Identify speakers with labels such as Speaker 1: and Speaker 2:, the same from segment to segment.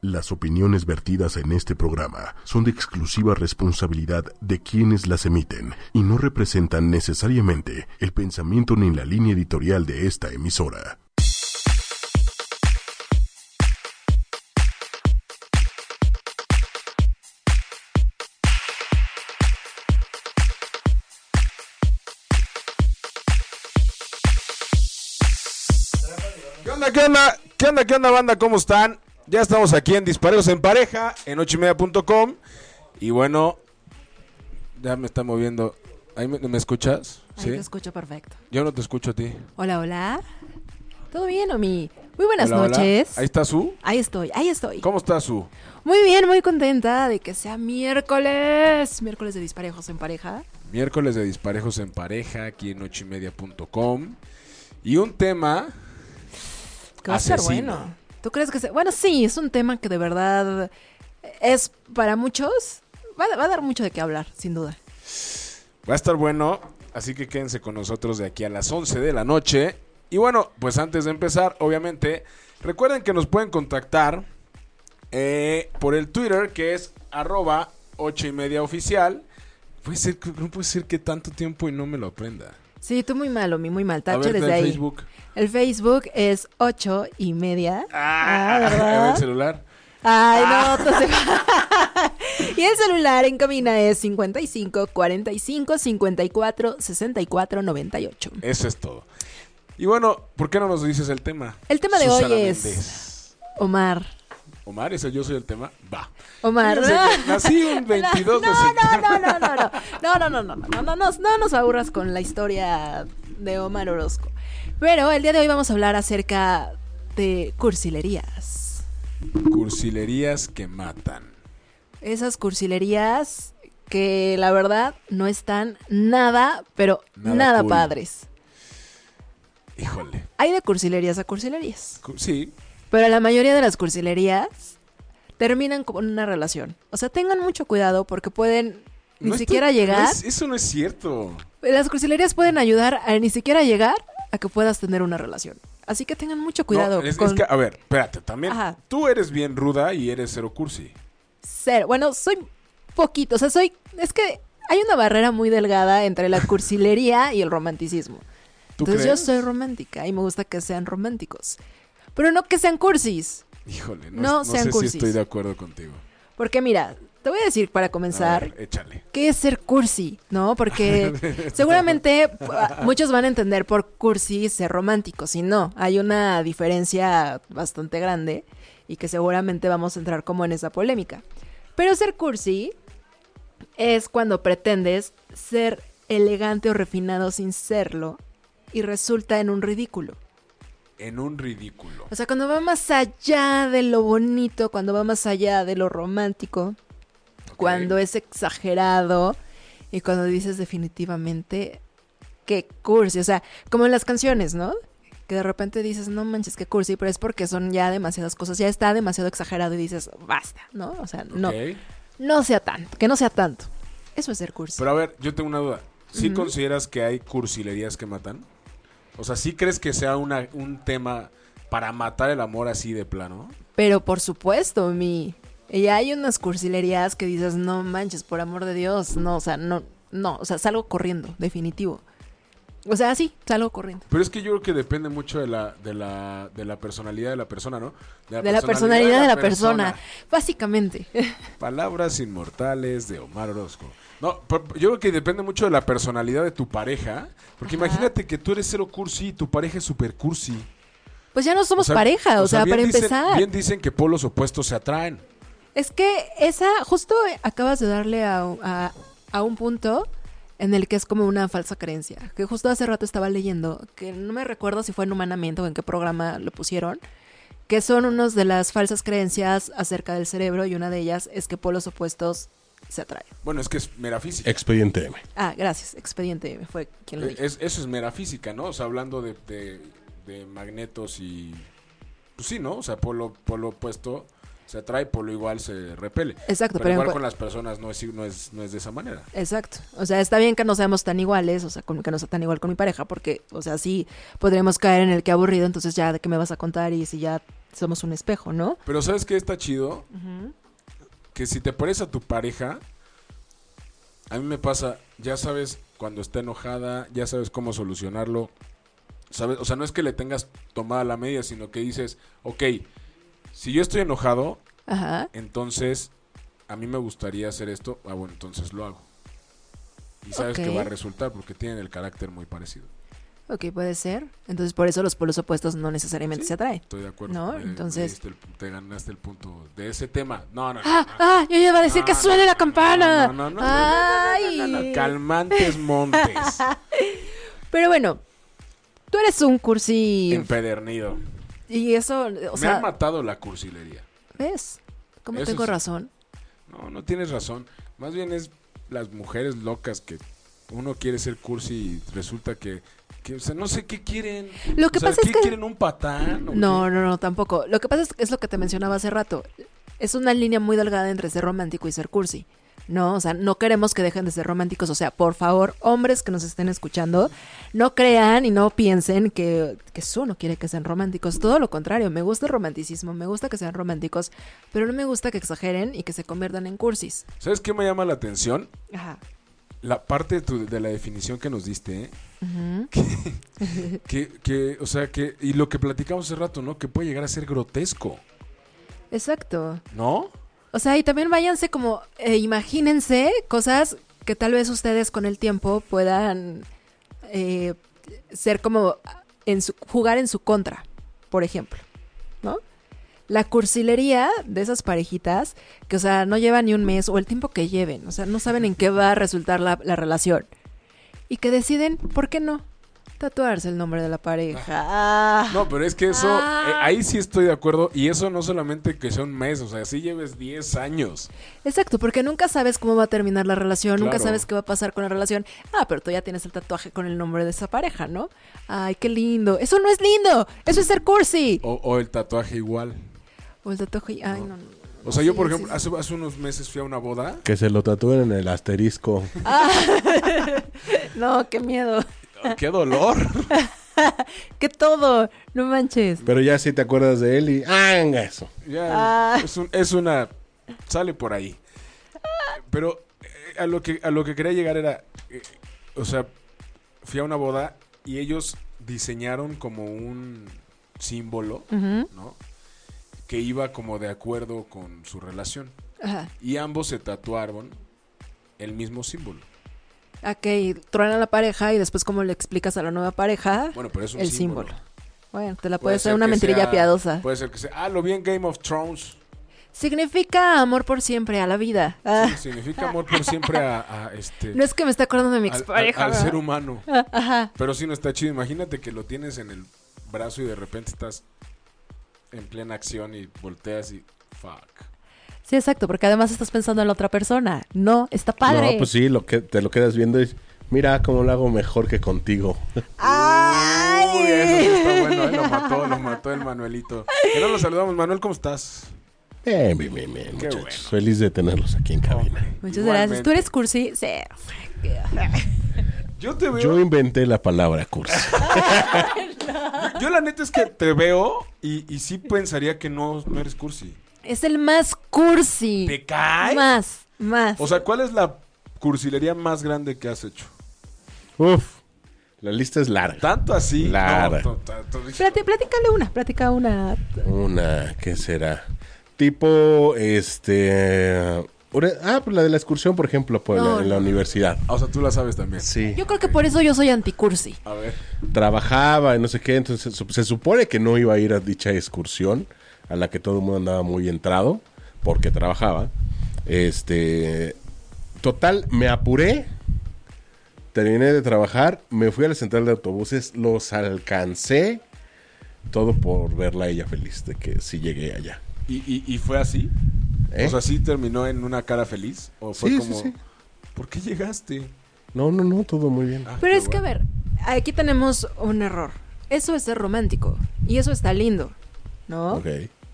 Speaker 1: Las opiniones vertidas en este programa son de exclusiva responsabilidad de quienes las emiten y no representan necesariamente el pensamiento ni la línea editorial de esta emisora.
Speaker 2: ¿Qué onda, qué onda? ¿Qué onda, qué onda, banda? ¿Cómo están? Ya estamos aquí en Dispareos en Pareja, en ochimedia.com. Y bueno, ya me está moviendo. ¿Ahí me, me escuchas?
Speaker 3: Ahí
Speaker 2: ¿Sí?
Speaker 3: te escucho perfecto.
Speaker 2: Yo no te escucho a ti.
Speaker 3: Hola, hola. ¿Todo bien, Omi? Muy buenas
Speaker 2: Hola, hola.
Speaker 3: noches.
Speaker 2: Ahí está Su.
Speaker 3: Ahí estoy, ahí estoy.
Speaker 2: ¿Cómo está Su?
Speaker 3: Muy bien, muy contenta de que sea miércoles. Miércoles de disparejos en pareja.
Speaker 2: Miércoles de Disparejos en Pareja, aquí en ochimedia.com. Y un tema...
Speaker 3: Que va a estar
Speaker 2: Asesino.
Speaker 3: bueno. ¿Tú crees que se... Bueno, sí, es un tema que de verdad es para muchos. Va, a- va a dar mucho de qué hablar, sin duda.
Speaker 2: Va a estar bueno, así que quédense con nosotros de aquí a las 11 de la noche. Y bueno, pues antes de empezar, obviamente, recuerden que nos pueden contactar eh, por el Twitter que es arroba 8 y media oficial. Puede ser, que- no puede ser que tanto tiempo y no me lo aprenda.
Speaker 3: Sí, tú muy mal, Omi, muy mal.
Speaker 2: A
Speaker 3: Tache
Speaker 2: ver,
Speaker 3: desde
Speaker 2: del
Speaker 3: ahí.
Speaker 2: Facebook.
Speaker 3: El Facebook es ocho y media.
Speaker 2: Ah,
Speaker 3: Ah, ¿verdad?
Speaker 2: a ver, el celular.
Speaker 3: Ay,
Speaker 2: Ah.
Speaker 3: no, tú se Y el celular en cabina es 55 45 54 64 98.
Speaker 2: Eso es todo. Y bueno, ¿por qué no nos dices el tema?
Speaker 3: El tema de hoy
Speaker 2: Susana
Speaker 3: es-
Speaker 2: Méndez.
Speaker 3: Omar.
Speaker 2: Omar, ¿es el yo soy el tema? Va.
Speaker 3: Omar.
Speaker 2: Fíjense que Nací un 22 de
Speaker 3: no,
Speaker 2: septiembre.
Speaker 3: no, no, no, no, no, no, no, no, no, no, no, no, no nos aburras con la historia de Omar Orozco. Pero el día de hoy vamos a hablar acerca de cursilerías.
Speaker 2: Cursilerías que matan.
Speaker 3: Esas cursilerías que la verdad no están nada, pero
Speaker 2: Nada
Speaker 3: nada,
Speaker 2: cool.
Speaker 3: padres.
Speaker 2: Híjole.
Speaker 3: Hay de cursilerías a cursilerías.
Speaker 2: Cu- Sí,
Speaker 3: Pero la mayoría de las cursilerías terminan con una relación. O sea, tengan mucho cuidado porque pueden ni
Speaker 2: No estoy-
Speaker 3: siquiera
Speaker 2: no
Speaker 3: llegar.
Speaker 2: es- eso no es cierto.
Speaker 3: Las cursilerías pueden ayudar a ni siquiera llegar a que puedas tener una relación. Así que tengan mucho cuidado
Speaker 2: No, es, es
Speaker 3: con
Speaker 2: que, a ver, espérate, también.
Speaker 3: Ajá.
Speaker 2: Tú eres bien ruda y eres cero cursi.
Speaker 3: cero. Bueno, soy poquito. O sea, soy. Es que hay una barrera muy delgada entre la cursilería y el romanticismo.
Speaker 2: ¿Tú
Speaker 3: Entonces
Speaker 2: crees?
Speaker 3: yo soy romántica y me gusta que sean románticos. Pero no que sean cursis.
Speaker 2: Híjole,
Speaker 3: no
Speaker 2: no, es- no
Speaker 3: sean
Speaker 2: sé
Speaker 3: cursis.
Speaker 2: si estoy de acuerdo contigo.
Speaker 3: Porque mira, te voy a decir para
Speaker 2: A
Speaker 3: comenzar
Speaker 2: ver, échale.
Speaker 3: ¿Qué es ser cursi? ¿No? Porque seguramente pu- muchos van a entender por cursi ser romántico. Si no, hay una diferencia bastante grande y que seguramente vamos a entrar como en esa polémica. Pero ser cursi es cuando pretendes ser elegante o refinado sin serlo y resulta en un ridículo.
Speaker 2: En un ridículo.
Speaker 3: O sea, cuando va más allá de lo bonito, cuando va más allá de lo romántico, cuando es exagerado y cuando dices definitivamente que cursi, o sea, como en las canciones, ¿no? Que de repente dices, no manches, que cursi, pero es porque son ya demasiadas cosas, ya está demasiado exagerado y dices, basta, ¿no? O sea, no,
Speaker 2: Ok.
Speaker 3: no sea tanto, que no sea tanto. Eso es ser cursi.
Speaker 2: Pero a ver, yo tengo una duda. ¿Sí consideras que hay cursilerías que matan? O sea, ¿sí crees que sea una, un tema para matar el amor así de plano?
Speaker 3: Pero por supuesto, mi. Y hay unas cursilerías que dices, no manches, por amor de Dios. No, o sea, no, no, o sea, salgo corriendo, definitivo. O sea, sí, salgo corriendo.
Speaker 2: Pero es que yo creo que depende mucho de la, de la, de la personalidad de la persona, ¿no?
Speaker 3: De la personalidad de la persona, básicamente.
Speaker 2: Palabras inmortales de Omar Orozco. No, por- yo creo que depende mucho de la personalidad de tu pareja. Porque
Speaker 3: Ajá.
Speaker 2: imagínate que tú eres cero cursi y tu pareja es super cursi.
Speaker 3: Pues ya no
Speaker 2: O
Speaker 3: somos
Speaker 2: sea,
Speaker 3: pareja, o sea,
Speaker 2: bien
Speaker 3: para
Speaker 2: dicen-
Speaker 3: empezar.
Speaker 2: Bien dicen que polos opuestos se atraen.
Speaker 3: Es que esa, justo acabas de darle a, a- a un punto en el que es como una falsa creencia. Que justo hace rato estaba leyendo, que no me recuerdo si fue en Humanamente o en qué programa lo pusieron, que son unas de las falsas creencias acerca del cerebro y una de ellas es que polos opuestos se atraen.
Speaker 2: Bueno, es que es mera física.
Speaker 4: Expediente M.
Speaker 3: Ah, gracias, expediente, me fue quien lo
Speaker 2: Eh,
Speaker 3: dijo.
Speaker 2: es- eso es mera física, ¿no? O sea, hablando de, de- de magnetos y... Pues sí, ¿no? O sea, polo, polo opuesto se atrae, polo igual se repele.
Speaker 3: Exacto,
Speaker 2: pero,
Speaker 3: pero en
Speaker 2: igual
Speaker 3: cua-
Speaker 2: con las personas no es, no, es, no es de esa manera.
Speaker 3: Exacto. O sea, está bien que no seamos tan iguales, o sea, con- que no sea tan igual con mi pareja, porque, o sea, sí podríamos caer en el que aburrido, entonces ya, ¿de qué me vas a contar? Y si ya somos un espejo, ¿no?
Speaker 2: Pero ¿sabes qué está chido? Que si te pareces a tu pareja, a mí me pasa, ya sabes cuando está enojada, ya sabes cómo solucionarlo. ¿Sabes? O sea, no es que le tengas tomada la media, sino que dices, ok, si yo estoy enojado,
Speaker 3: Ajá.
Speaker 2: entonces a mí me gustaría hacer esto, ah, bueno, entonces lo hago. Y sabes
Speaker 3: Ok.
Speaker 2: que va a resultar porque tienen el carácter muy parecido.
Speaker 3: Ok, puede ser. Entonces, por eso los polos opuestos no necesariamente se atraen.
Speaker 2: Estoy de acuerdo.
Speaker 3: No,
Speaker 2: Me- me
Speaker 3: entonces-
Speaker 2: diste el pu- te ganaste el punto de ese tema. No, no, no.
Speaker 3: ¡Ah!
Speaker 2: no.
Speaker 3: ¡Ah! Yo iba a decir
Speaker 2: No,
Speaker 3: que
Speaker 2: no,
Speaker 3: suene
Speaker 2: no,
Speaker 3: la
Speaker 2: no,
Speaker 3: campana.
Speaker 2: no, no, no, no, no,
Speaker 3: ¡Ay!
Speaker 2: No, no, Calmantes Montes.
Speaker 3: Pero bueno, tú eres un cursi.
Speaker 2: empedernido.
Speaker 3: Y eso, o
Speaker 2: Me
Speaker 3: sea,
Speaker 2: ha matado la cursilería.
Speaker 3: ¿ves? ¿Cómo
Speaker 2: Eso
Speaker 3: tengo
Speaker 2: sí.
Speaker 3: razón?
Speaker 2: No, no tienes razón. Más bien es las mujeres locas que uno quiere ser cursi y resulta que, que, o sea, no sé qué quieren.
Speaker 3: Lo que
Speaker 2: O sea,
Speaker 3: pasa es
Speaker 2: ¿qué
Speaker 3: que-
Speaker 2: quieren un patán? o
Speaker 3: No, no, no, tampoco. Lo que pasa es, es lo que te mencionaba hace rato. Es una línea muy delgada entre ser romántico y ser cursi. No, o sea, no queremos que dejen de ser románticos. O sea, por favor, hombres que nos estén escuchando, no crean y no piensen que, que su no quiere que sean románticos. Todo lo contrario, me gusta el romanticismo, me gusta que sean románticos, pero no me gusta que exageren y que se conviertan en cursis.
Speaker 2: qué? ¿Sabes qué me llama la atención?
Speaker 3: Ajá.
Speaker 2: La parte de, tu- de la definición que nos diste, ¿eh?
Speaker 3: Ujú.
Speaker 2: que, que, o sea, que, y lo que platicamos hace rato, ¿no? Que puede llegar a ser grotesco,
Speaker 3: Exacto.
Speaker 2: ¿no?
Speaker 3: O sea, y también váyanse como, eh, imagínense cosas que tal vez ustedes con el tiempo puedan eh, ser como en su- jugar en su contra, por ejemplo, ¿no? La cursilería de esas parejitas que, o sea, no llevan ni un mes o el tiempo que lleven, o sea, no saben en qué va a resultar la, la relación y que deciden, ¿por qué no? Tatuarse el nombre de la pareja. Ah.
Speaker 2: No, pero es que eso,
Speaker 3: Ah.
Speaker 2: eh, ahí sí estoy de acuerdo. Y eso no solamente que sea un mes, o sea, sí lleves 10 años.
Speaker 3: Exacto, porque nunca sabes cómo va a terminar la relación, nunca
Speaker 2: Claro.
Speaker 3: sabes qué va a pasar con la relación. Ah, pero tú ya tienes el tatuaje con el nombre de esa pareja, ¿no? Ay, qué lindo. Eso no es lindo, eso es ser cursi.
Speaker 2: O, o el tatuaje igual.
Speaker 3: O el tatuaje, ay, no, no. no,
Speaker 2: O sea, yo,
Speaker 3: sí,
Speaker 2: por
Speaker 3: sí,
Speaker 2: ejemplo,
Speaker 3: sí.
Speaker 2: hace, hace unos meses fui a una boda.
Speaker 4: Que se lo tatúen en el asterisco.
Speaker 3: No, qué miedo.
Speaker 2: ¡Qué dolor!
Speaker 3: Qué todo, no manches.
Speaker 4: Pero ya si te acuerdas de él y... ¡Ah, eso!
Speaker 2: Ya,
Speaker 3: Ah.
Speaker 2: es, un- es una... Sale por ahí. Pero eh, a, lo que, a lo que quería llegar era... eh, o sea, fui a una boda y ellos diseñaron como un símbolo,
Speaker 3: Ujú,
Speaker 2: ¿no? Que iba como de acuerdo con su relación.
Speaker 3: Ajá.
Speaker 2: Y ambos se tatuaron el mismo símbolo.
Speaker 3: Ok, truena la pareja y después cómo le explicas a la nueva pareja
Speaker 2: Bueno, pero es un
Speaker 3: el
Speaker 2: símbolo.
Speaker 3: símbolo. Bueno, te la
Speaker 2: Puede
Speaker 3: puedes hacer
Speaker 2: ser
Speaker 3: una
Speaker 2: que
Speaker 3: mentirilla
Speaker 2: sea-
Speaker 3: piadosa.
Speaker 2: Puede ser que sea... Ah, lo vi en Game of Thrones.
Speaker 3: Significa amor por siempre a la vida. Ah,
Speaker 2: Sí, significa amor por siempre a, a este...
Speaker 3: no es que me esté acordando de mi
Speaker 2: al- al-
Speaker 3: expareja.
Speaker 2: al
Speaker 3: ¿verdad?
Speaker 2: ser humano.
Speaker 3: Ah, Ajá.
Speaker 2: Pero sí no está chido. Imagínate que lo tienes en el brazo y de repente estás en plena acción y volteas y fuck.
Speaker 3: Sí, exacto, porque además estás pensando en la otra persona. No, está padre.
Speaker 4: No, pues sí, lo que, te lo quedas viendo y... Mira cómo lo hago mejor que contigo.
Speaker 3: ¡Ay!
Speaker 2: Uy, eso sí está bueno, ¿eh? lo mató, lo mató el Manuelito. Que no lo saludamos, Manuel, ¿cómo estás?
Speaker 4: Eh, Bien, bien, bien, bien,
Speaker 2: Qué
Speaker 4: muchachos.
Speaker 2: bueno.
Speaker 4: Feliz de tenerlos aquí en cabina.
Speaker 3: Muchas
Speaker 2: Igualmente.
Speaker 3: gracias. ¿Tú eres cursi? Sí.
Speaker 2: Yo te veo.
Speaker 4: Yo
Speaker 2: Yo,
Speaker 4: inventé la palabra curso.
Speaker 2: la neta es que te veo y, y sí pensaría que no, no eres cursi.
Speaker 3: Es el más cursi.
Speaker 2: ¿Te cae?
Speaker 3: Más, más.
Speaker 2: O sea, ¿cuál es la cursilería más grande que has hecho?
Speaker 4: Uf, la lista es larga.
Speaker 2: Tanto así.
Speaker 4: Claro.
Speaker 2: No, to- to- to-
Speaker 3: Espérate, platícale una, platica una.
Speaker 4: Una, ¿qué será? Tipo, este... ure- Ah, pues la de la excursión, por ejemplo, por
Speaker 3: No,
Speaker 4: la, en la
Speaker 3: no.
Speaker 4: universidad.
Speaker 2: O sea, tú la sabes también.
Speaker 4: Sí.
Speaker 3: Yo creo que por eso yo soy anticursi.
Speaker 2: A ver.
Speaker 4: Trabajaba y no sé qué, entonces su- se supone que no iba a ir a dicha excursión a la que todo el mundo andaba muy entrado porque trabajaba. Este, total, me apuré, terminé de trabajar, me fui a la central de autobuses, los alcancé, todo por verla a ella feliz de que sí llegué allá.
Speaker 2: ¿Y, y, y fue así?
Speaker 4: ¿eh?
Speaker 2: O sea, ¿sí terminó en una cara feliz? ¿O fue
Speaker 4: Sí, sí,
Speaker 2: como,
Speaker 4: sí.
Speaker 2: ¿por qué llegaste?
Speaker 4: no, no, no, todo muy bien.
Speaker 2: Ah,
Speaker 3: Pero
Speaker 2: qué
Speaker 3: es que, a
Speaker 2: bueno.
Speaker 3: ver, aquí tenemos un error. Eso es ser romántico. Y eso está lindo, ¿no?
Speaker 4: Ok.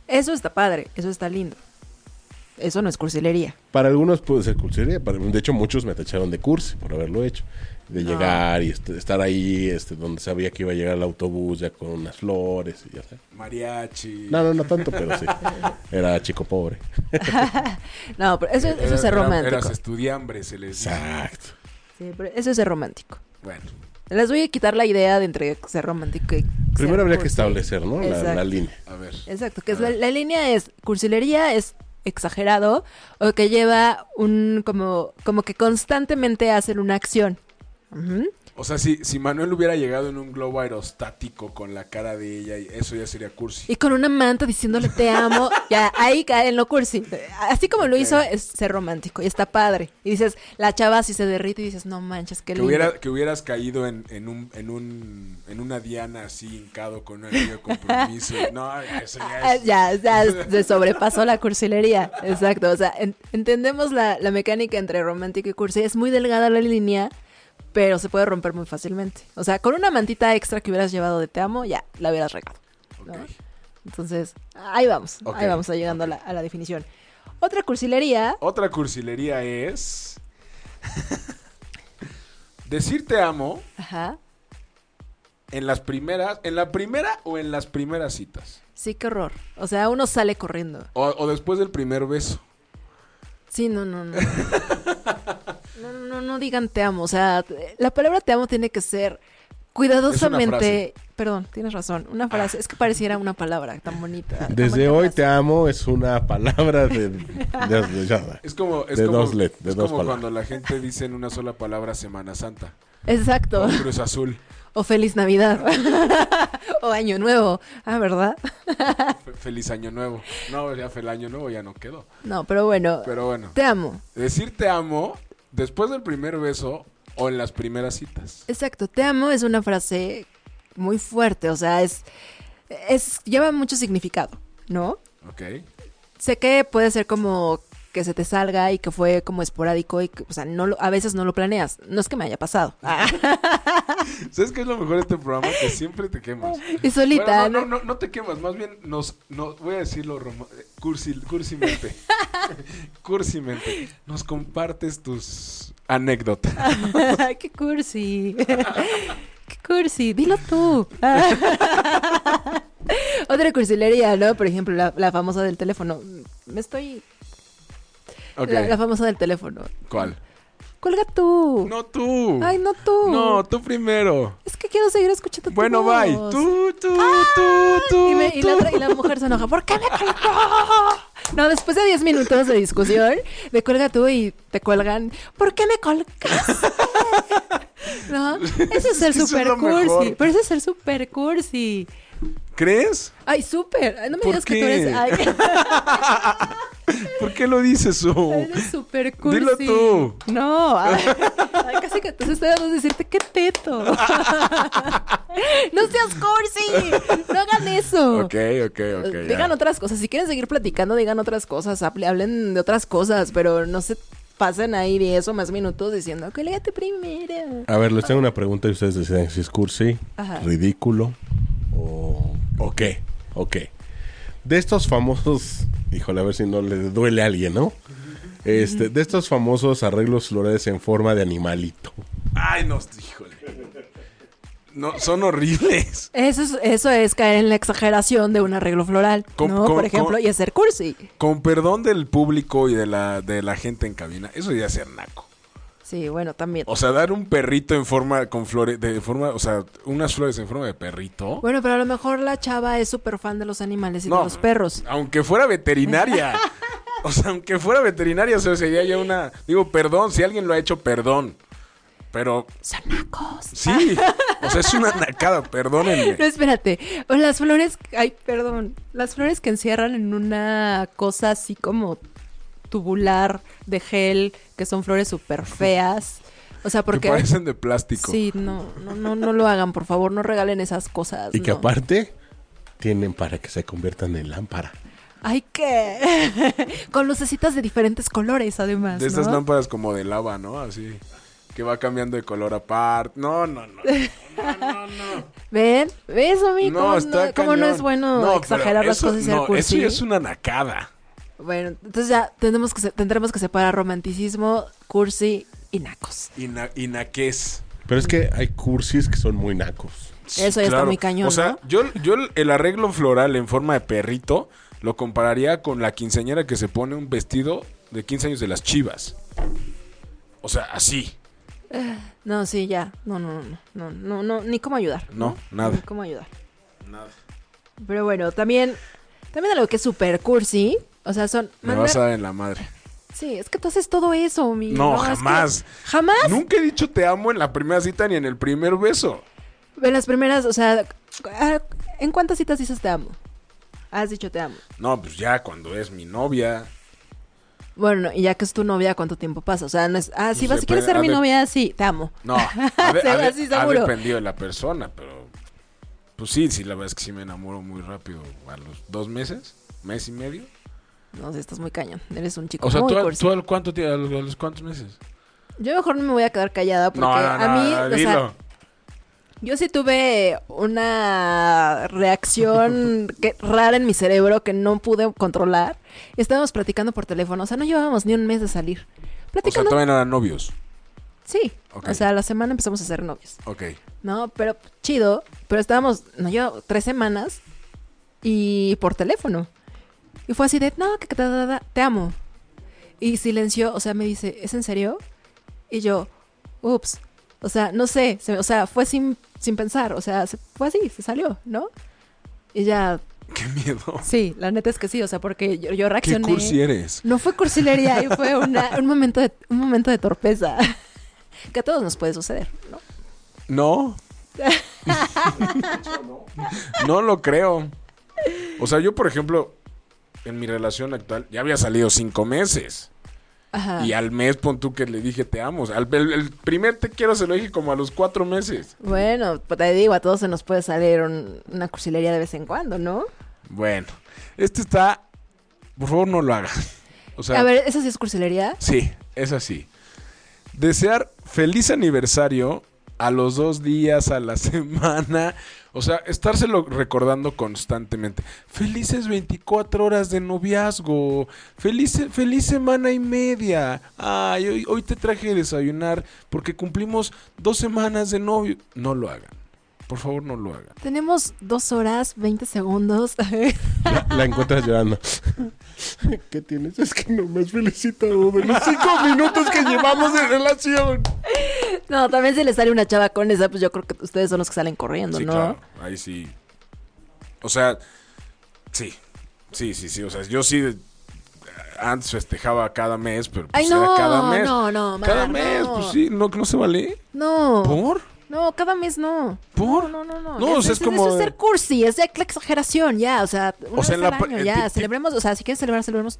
Speaker 3: Eso está padre, eso está lindo. Eso no es cursilería.
Speaker 4: Para algunos puede ser cursilería, para, de hecho muchos me tacharon de cursi por haberlo hecho,
Speaker 2: Ah.
Speaker 4: de llegar y est- estar ahí este, donde sabía que iba a llegar el autobús ya con unas flores y ya sabes.
Speaker 2: Mariachi.
Speaker 4: No, no, no tanto, pero sí. Era chico pobre.
Speaker 3: No, pero eso, eso es ser
Speaker 2: Eh, Era-
Speaker 3: romántico.
Speaker 2: Eras estudiambres, se les dice.
Speaker 4: Exacto.
Speaker 3: Sí, pero eso es ser romántico.
Speaker 2: Bueno,
Speaker 3: Les voy a quitar la idea de entre ser romántico y. ser
Speaker 4: Primero habría que
Speaker 3: cursi.
Speaker 4: establecer, ¿no? La- La,
Speaker 3: Exacto.
Speaker 4: línea.
Speaker 2: a ver.
Speaker 3: Exacto, que es la, la línea es cursilería es exagerado o que lleva un como como que constantemente hacen una acción. Ujú.
Speaker 2: O sea, si, si Manuel hubiera llegado en un globo aerostático con la cara de ella, y eso ya sería cursi.
Speaker 3: Y con una manta diciéndole te amo, ya ahí cae en lo cursi. Así como lo hizo es ser romántico y está padre. Y dices, la chava si se derrite y dices, no manches,
Speaker 2: Que,
Speaker 3: qué lindo.
Speaker 2: hubiera, que hubieras caído en, en, un, en, un, en una diana así, hincado con un anillo de compromiso. No, eso ya
Speaker 3: Ah,
Speaker 2: es.
Speaker 3: Ya, ya se sobrepasó la cursilería. Exacto. O sea, en- entendemos la, la mecánica entre romántico y cursi. Es muy delgada la línea, pero se puede romper muy fácilmente. O sea, con una mantita extra que hubieras llevado de te amo, ya la hubieras regado. ¿no?
Speaker 2: Ok.
Speaker 3: Entonces, ahí vamos.
Speaker 2: Ok,
Speaker 3: Ahí vamos, llegando a, la, a la definición. Otra cursilería.
Speaker 2: Otra cursilería es. decir te amo
Speaker 3: Ajá.
Speaker 2: en las primeras. En la primera o en las primeras citas.
Speaker 3: Sí, qué horror. O sea, uno sale corriendo.
Speaker 2: O, o después del primer beso.
Speaker 3: Sí, no, no, no. No, no, no, no digan te amo. O sea, la palabra te amo tiene que ser cuidadosamente. Perdón, tienes razón. Una frase. Es que pareciera una palabra tan bonita.
Speaker 2: Ah,
Speaker 3: tan
Speaker 4: Desde
Speaker 3: bonita
Speaker 4: hoy
Speaker 3: frase.
Speaker 4: te amo es una palabra de... de- de- ya.
Speaker 2: Es como. Es
Speaker 4: De
Speaker 2: como,
Speaker 4: dos let- de
Speaker 2: es
Speaker 4: dos
Speaker 2: como
Speaker 4: palabras.
Speaker 2: cuando la gente dice en una sola palabra Semana Santa.
Speaker 3: Exacto.
Speaker 2: o Cruz Azul.
Speaker 3: O feliz Navidad. o Año Nuevo. Ah, ¿verdad?
Speaker 2: Fe- Feliz Año Nuevo. No, ya fue el Año Nuevo, ya no quedó.
Speaker 3: No, pero bueno.
Speaker 2: Pero bueno.
Speaker 3: Te amo.
Speaker 2: Decir te amo después del primer beso o en las primeras citas.
Speaker 3: Exacto, te amo es una frase muy fuerte, o sea, es, es lleva mucho significado, ¿no?
Speaker 2: ¿Ok?
Speaker 3: Sé que puede ser como que se te salga y que fue como esporádico y que, o sea, no lo- a veces no lo planeas. No es que me haya pasado.
Speaker 2: ¿Sabes qué es lo mejor de este programa? Que siempre te quemas.
Speaker 3: y solita,
Speaker 2: Bueno, no,
Speaker 3: ¿no?
Speaker 2: no, no, no te quemas, más bien nos, no, voy a decirlo rom- cursi, cursimente. cursimente. Nos compartes tus
Speaker 3: Ah,
Speaker 2: anécdotas.
Speaker 3: Qué cursi. Qué cursi, dilo tú. Otra cursilería, ¿no? Por ejemplo, la, la famosa del teléfono. Me estoy...
Speaker 2: Ok.
Speaker 3: La, la famosa del teléfono.
Speaker 2: ¿Cuál?
Speaker 3: Cuelga tú.
Speaker 2: No tú.
Speaker 3: Ay, no tú.
Speaker 2: No, tú primero.
Speaker 3: Es que quiero seguir escuchando tu
Speaker 2: Bueno,
Speaker 3: voz.
Speaker 2: bye. Tú, tú, tú, tú.
Speaker 3: Y, me- y la
Speaker 2: tú.
Speaker 3: otra- y la mujer se enoja. ¿Por qué me colgó? No, después de 10 minutos de discusión, me cuelga tú y te cuelgan. ¿Por qué me colgaste? ¿No? Ese es el
Speaker 2: Eso es
Speaker 3: super
Speaker 2: lo mejor.
Speaker 3: cursi. Pero ese es el super cursi.
Speaker 2: ¿Crees?
Speaker 3: Ay, super. Ay, No me
Speaker 2: ¿Por
Speaker 3: digas que tú eres.
Speaker 2: qué?
Speaker 3: Ay,
Speaker 2: ¿Por qué lo dices tú?
Speaker 3: eres super cursi.
Speaker 2: Dilo tú.
Speaker 3: No. Ay, ay, casi que tú estoy dando decirte qué teto. No seas cursi. No hagan eso.
Speaker 2: Ok, ok, ok. ya.
Speaker 3: Eh, digan otras cosas. Si quieren seguir platicando, digan otras cosas. hable- Hablen de otras cosas, pero no se pasen ahí 10 o más minutos diciendo que léate primero.
Speaker 4: A ver, les tengo una pregunta y ustedes deciden si es cursi,
Speaker 3: Ajá.
Speaker 4: ridículo o, o qué. O qué. De estos famosos, híjole, a ver si no le duele a alguien, ¿no? Este, de estos famosos arreglos florales en forma de animalito.
Speaker 2: Ay, no, híjole. No, son horribles.
Speaker 3: Eso es, eso es caer en la exageración de un arreglo floral,
Speaker 2: Com-
Speaker 3: ¿no?
Speaker 2: com-
Speaker 3: Por ejemplo,
Speaker 2: com-
Speaker 3: y hacer cursi.
Speaker 2: Con perdón del público y de la, de la gente en cabina, eso ya es ser naco.
Speaker 3: Sí, bueno, también.
Speaker 2: O sea, dar un perrito en forma con flores, de forma, o sea, unas flores en forma de perrito.
Speaker 3: Bueno, pero a lo mejor la chava es súper fan de los animales y
Speaker 2: No.
Speaker 3: de los perros.
Speaker 2: Aunque fuera veterinaria. O sea, aunque fuera veterinaria, o sea, sería ya una. Digo, perdón, si alguien lo ha hecho, perdón. Pero
Speaker 3: Son nacos.
Speaker 2: sí, o sea, es una nacada,
Speaker 3: No,
Speaker 2: perdónenme.
Speaker 3: espérate. O las flores, ay, perdón. Las flores que encierran en una cosa así como tubular de gel, que son flores súper feas. O sea,
Speaker 2: Que
Speaker 3: porque.
Speaker 2: parecen de plástico.
Speaker 3: Sí, no, no, no, no lo hagan, por favor, no regalen esas cosas.
Speaker 4: Y que
Speaker 3: no.
Speaker 4: aparte tienen para que se conviertan en lámpara.
Speaker 3: Ay, qué. Con lucecitas de diferentes colores, además.
Speaker 2: De estas
Speaker 3: ¿no?
Speaker 2: lámparas como de lava, ¿no? Así. Que va cambiando de color aparte. No, no, no.
Speaker 3: ¿Ven? ¿Ves, amigo?
Speaker 2: No, está
Speaker 3: ¿Cómo no
Speaker 2: cañón.
Speaker 3: es bueno
Speaker 2: No, pero
Speaker 3: exagerar las
Speaker 2: eso-
Speaker 3: cosas y ser
Speaker 2: no,
Speaker 3: cursi?
Speaker 2: Eso ya es una nacada.
Speaker 3: Bueno, entonces ya tenemos que se- tendremos que separar romanticismo, cursi y nacos.
Speaker 2: Y, na- y naqués.
Speaker 4: Pero es que hay cursis que son muy nacos.
Speaker 3: Eso ya está
Speaker 2: Claro.
Speaker 3: muy cañón,
Speaker 2: O sea,
Speaker 3: ¿no?
Speaker 2: yo, yo el- el arreglo floral en forma de perrito lo compararía con la quinceañera que se pone un vestido de 15 años de las chivas. O sea, así.
Speaker 3: No, sí, ya. No, no, no, no, no, no, ni cómo ayudar.
Speaker 2: No, nada.
Speaker 3: Ni cómo ayudar. Pero bueno, también, también algo que es super cursi. O sea, son.
Speaker 2: Me
Speaker 3: mandar-
Speaker 2: vas a dar en la madre.
Speaker 3: Sí, es que tú haces todo eso, mi.
Speaker 2: No,
Speaker 3: es que-
Speaker 2: jamás.
Speaker 3: jamás.
Speaker 2: Nunca he dicho te amo en la primera cita ni en el primer beso.
Speaker 3: En las primeras, o sea, ah, ¿en cuántas citas dices te amo? Has dicho te amo.
Speaker 2: No, pues ya cuando es mi novia.
Speaker 3: Bueno, y ya que es tu novia, ¿cuánto tiempo pasa? O sea, no es, ah, sí,
Speaker 2: Pues
Speaker 3: vas, si quieres
Speaker 2: depende-
Speaker 3: ser mi
Speaker 2: ha de-
Speaker 3: novia, sí, te amo.
Speaker 2: No, ha, de-
Speaker 3: Se
Speaker 2: ha
Speaker 3: va
Speaker 2: de-
Speaker 3: así,
Speaker 2: ha
Speaker 3: seguro.
Speaker 2: dependido de la persona, pero pues sí, sí, la verdad es que sí me enamoro muy rápido a los dos meses, mes y medio.
Speaker 3: No, sí, estás muy cañón. Eres un chico
Speaker 2: O sea,
Speaker 3: muy
Speaker 2: ¿tú, al-
Speaker 3: cursi.
Speaker 2: tú al cuánto tie- a los, a los cuántos meses?
Speaker 3: Yo mejor no me voy a quedar callada porque a mí, o sea,
Speaker 2: dilo.
Speaker 3: yo sí tuve una reacción que- rara en mi cerebro que no pude controlar. Estábamos platicando por teléfono, o sea, no llevábamos ni un mes de salir.
Speaker 2: O sea,
Speaker 3: Platicando,
Speaker 2: todavía no eran novios.
Speaker 3: sí.
Speaker 2: Ok.
Speaker 3: O sea, la semana empezamos a ser novios.
Speaker 2: Ok.
Speaker 3: No, pero chido. Pero estábamos, no, yo, tres semanas y por teléfono. Y fue así de, no, que que ta, ta, ta, te amo. Y silenció, o sea, me dice, ¿es en serio? Y yo, ups. O sea, no sé, se- o sea, fue sin, sin pensar, o sea, se- fue así, se salió, ¿no? Y ya,
Speaker 2: Qué miedo.
Speaker 3: sí, la neta es que sí, o sea, porque yo, yo
Speaker 2: Qué
Speaker 3: reaccioné.
Speaker 2: cursi eres.
Speaker 3: No fue cursilería, y fue una- un, momento de, un momento de torpeza. que a todos nos puede suceder, ¿no?
Speaker 2: No. no lo creo. O sea, yo, por ejemplo, en mi relación actual ya había salido cinco meses.
Speaker 3: Ajá.
Speaker 2: Y al mes, pon tú que le dije te amo. O sea, al- el, el primer te quiero se lo dije como a los cuatro meses.
Speaker 3: Bueno, pues te digo, a todos se nos puede salir un- una cursilería de vez en cuando, ¿no?
Speaker 2: Bueno, este está. Por favor, no lo hagas. O sea,
Speaker 3: a ver, ¿esa sí es cursilería?
Speaker 2: sí, es así. Desear feliz aniversario a los dos días, a la semana. O sea, estárselo recordando constantemente. Felices 24 horas de noviazgo. Feliz, feliz semana y media. Ay, hoy, hoy te traje a desayunar porque cumplimos dos semanas de novio. No lo hagan. Por favor, no lo hagan.
Speaker 3: Tenemos dos horas, 20 segundos.
Speaker 4: La, la encuentras llorando. ¿Qué tienes? Es que no me has felicitado de los cinco minutos que llevamos de relación.
Speaker 3: no, también si le sale una chava con esa, pues yo creo que ustedes son los que salen corriendo,
Speaker 2: Sí,
Speaker 3: ¿no?
Speaker 2: claro. Ahí sí. O sea, sí. Sí, sí, sí. O sea, yo sí eh, antes festejaba cada mes, pero pues
Speaker 3: Ay,
Speaker 2: era
Speaker 3: no,
Speaker 2: cada mes.
Speaker 3: no, no, Mar,
Speaker 2: Cada mes,
Speaker 3: no.
Speaker 2: pues sí, no, que no se vale.
Speaker 3: No,
Speaker 2: ¿Por?
Speaker 3: no, cada mes no.
Speaker 2: ¿Por?
Speaker 3: No, no, no. pues,
Speaker 2: No, o sea, es como-
Speaker 3: Eso es ser cursi, es ya la exageración, ya, o sea, una
Speaker 2: O sea,
Speaker 3: vez
Speaker 2: en la
Speaker 3: al
Speaker 2: pa-
Speaker 3: año,
Speaker 2: eh, ti-
Speaker 3: ya,
Speaker 2: ti-
Speaker 3: celebremos, o sea, si quieres celebrar, celebremos.